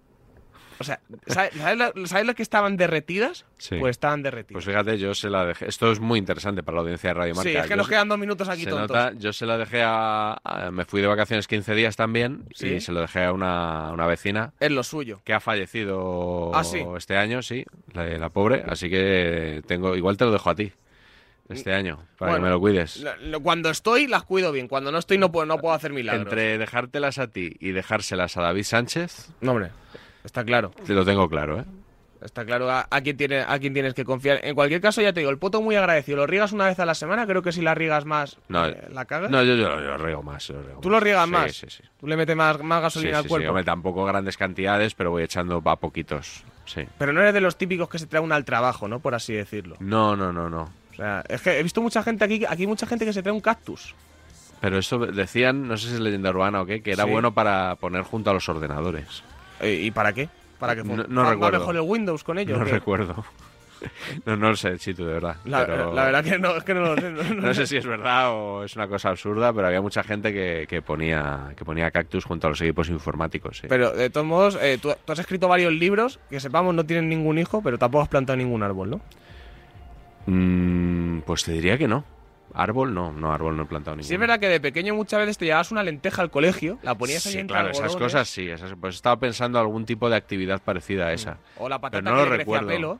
[SPEAKER 1] O sea, ¿sabes, sabes la- sabes las que estaban derretidas?
[SPEAKER 2] Sí.
[SPEAKER 1] Pues estaban derretidas.
[SPEAKER 2] Pues fíjate, yo se la dejé. Esto es muy interesante para la audiencia de Radio Marca.
[SPEAKER 1] sí, es que
[SPEAKER 2] Yo
[SPEAKER 1] nos
[SPEAKER 2] se-
[SPEAKER 1] quedan dos minutos aquí
[SPEAKER 2] se
[SPEAKER 1] tontos.
[SPEAKER 2] nota, yo se la dejé a, a- Me fui de vacaciones 15 días también
[SPEAKER 1] Sí.
[SPEAKER 2] y se lo dejé a una, una vecina
[SPEAKER 1] Es lo suyo.
[SPEAKER 2] que ha fallecido
[SPEAKER 1] Ah, sí.
[SPEAKER 2] este año, sí, la, la pobre. Así que tengo. Igual te lo dejo a ti este año para
[SPEAKER 1] Bueno,
[SPEAKER 2] que me lo cuides.
[SPEAKER 1] lo- lo- Cuando estoy, las cuido bien. Cuando no estoy, no puedo, no puedo hacer milagros.
[SPEAKER 2] Entre dejártelas a ti y dejárselas a David Sánchez.
[SPEAKER 1] No, hombre, está claro.
[SPEAKER 2] Te lo tengo claro, ¿eh?
[SPEAKER 1] Está claro a, a quién tiene, a quién tienes que confiar. En cualquier caso, ya te digo, el poto muy agradecido. Lo riegas una vez a la semana, creo que si la riegas más,
[SPEAKER 2] No,
[SPEAKER 1] Eh, la cagas.
[SPEAKER 2] no yo, yo, yo riego más. yo riego
[SPEAKER 1] Tú lo
[SPEAKER 2] más.
[SPEAKER 1] riegas
[SPEAKER 2] Sí,
[SPEAKER 1] más.
[SPEAKER 2] sí, sí.
[SPEAKER 1] Tú le metes más, más
[SPEAKER 2] Sí,
[SPEAKER 1] gasolina
[SPEAKER 2] sí,
[SPEAKER 1] al
[SPEAKER 2] sí,
[SPEAKER 1] cuerpo.
[SPEAKER 2] hombre, tampoco grandes cantidades, pero voy echando a poquitos. Sí.
[SPEAKER 1] Pero no eres de los típicos que se trae una al trabajo, ¿no? Por así decirlo.
[SPEAKER 2] No, no, no, no.
[SPEAKER 1] O sea, es que he visto mucha gente aquí, aquí hay mucha gente que se trae un cactus.
[SPEAKER 2] Pero esto decían, no sé si es leyenda urbana o qué, que era
[SPEAKER 1] Sí.
[SPEAKER 2] bueno para poner junto a los ordenadores.
[SPEAKER 1] ¿Y para qué? Para que fun-
[SPEAKER 2] No, no
[SPEAKER 1] va- va
[SPEAKER 2] recuerdo.
[SPEAKER 1] mejor el Windows con ello,
[SPEAKER 2] No
[SPEAKER 1] ¿o qué?
[SPEAKER 2] recuerdo. No, no lo sé, Chitu, de verdad.
[SPEAKER 1] La,
[SPEAKER 2] Pero
[SPEAKER 1] la verdad que no, es que no lo sé. no- no-
[SPEAKER 2] No sé si es verdad o es una cosa absurda, pero había mucha gente que, que ponía que ponía cactus junto a los equipos informáticos. sí.
[SPEAKER 1] Pero de todos modos, eh, tú, tú has escrito varios libros, que sepamos no tienen ningún hijo, pero tampoco has plantado ningún árbol, ¿no?
[SPEAKER 2] Mm, pues te diría que no. Árbol no, no, árbol no he plantado ninguno.
[SPEAKER 1] Sí es verdad que de pequeño muchas veces te llevabas una lenteja al colegio, la ponías
[SPEAKER 2] Sí,
[SPEAKER 1] ahí en
[SPEAKER 2] claro, esas
[SPEAKER 1] algodones,
[SPEAKER 2] cosas sí. esas- pues estaba pensando algún tipo de actividad parecida a esa.
[SPEAKER 1] Mm. O la patata
[SPEAKER 2] pero no
[SPEAKER 1] que
[SPEAKER 2] lo
[SPEAKER 1] le crecía
[SPEAKER 2] recuerdo.
[SPEAKER 1] pelo.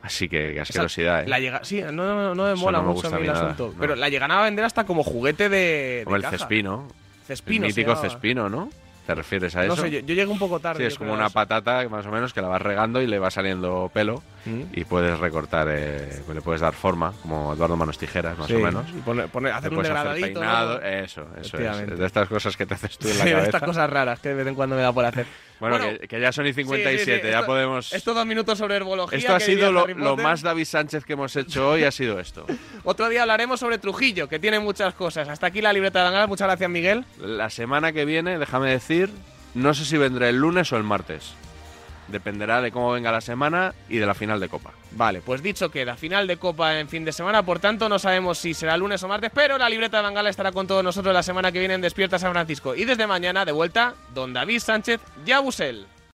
[SPEAKER 2] Así que, qué
[SPEAKER 1] Esa-
[SPEAKER 2] asquerosidad, ¿eh?
[SPEAKER 1] La llega, sí, no, no, no me
[SPEAKER 2] Eso
[SPEAKER 1] mola
[SPEAKER 2] no me
[SPEAKER 1] mucho
[SPEAKER 2] gusta
[SPEAKER 1] a mí
[SPEAKER 2] a
[SPEAKER 1] el
[SPEAKER 2] mí nada,
[SPEAKER 1] asunto.
[SPEAKER 2] no.
[SPEAKER 1] Pero la llegan a vender hasta como juguete de, de
[SPEAKER 2] Hombre, el
[SPEAKER 1] caja.
[SPEAKER 2] cespino.
[SPEAKER 1] Cespino
[SPEAKER 2] El
[SPEAKER 1] se
[SPEAKER 2] mítico
[SPEAKER 1] llamaba.
[SPEAKER 2] cespino, ¿no? ¿Te refieres a
[SPEAKER 1] No
[SPEAKER 2] eso?
[SPEAKER 1] sé, yo, yo llegué un poco tarde.
[SPEAKER 2] Sí, es
[SPEAKER 1] yo
[SPEAKER 2] como
[SPEAKER 1] creo, a
[SPEAKER 2] una
[SPEAKER 1] eso.
[SPEAKER 2] patata, más o menos, que la vas regando y le va saliendo pelo
[SPEAKER 1] Mm.
[SPEAKER 2] y puedes recortar, eh, pues le puedes dar forma, como Eduardo Manos Tijeras, más
[SPEAKER 1] Sí,
[SPEAKER 2] o menos.
[SPEAKER 1] y poner- poner- hacer un
[SPEAKER 2] Le puedes hacer
[SPEAKER 1] degradadito,
[SPEAKER 2] peinado,
[SPEAKER 1] ¿no?
[SPEAKER 2] eso, eso es.
[SPEAKER 1] Efectivamente.
[SPEAKER 2] Es de estas cosas que te haces tú en la
[SPEAKER 1] Sí, de
[SPEAKER 2] cabeza.
[SPEAKER 1] estas cosas raras que de vez en cuando me da por hacer.
[SPEAKER 2] Bueno,
[SPEAKER 1] Bueno,
[SPEAKER 2] que, que ya son y 57,
[SPEAKER 1] Sí, sí, sí,
[SPEAKER 2] ya
[SPEAKER 1] esto-
[SPEAKER 2] podemos...
[SPEAKER 1] Estos dos minutos sobre herbología.
[SPEAKER 2] Esto ha
[SPEAKER 1] que
[SPEAKER 2] sido
[SPEAKER 1] diría
[SPEAKER 2] lo,
[SPEAKER 1] Harry
[SPEAKER 2] lo
[SPEAKER 1] Potter.
[SPEAKER 2] más David Sánchez que hemos hecho hoy, ha sido esto.
[SPEAKER 1] Otro día hablaremos sobre Trujillo, que tiene muchas cosas. Hasta aquí la libreta de Dangal. Muchas gracias, Miguel.
[SPEAKER 2] La semana que viene, déjame decir, no sé si vendrá el lunes o el martes. Dependerá de cómo venga la semana y de la final de Copa.
[SPEAKER 1] Vale, pues dicho queda, final de Copa en fin de semana, por tanto no sabemos si será lunes o martes, pero la libreta de Bangala estará con todos nosotros la semana que viene en Despierta San Francisco. Y desde mañana, de vuelta, don David Sánchez Yabusel.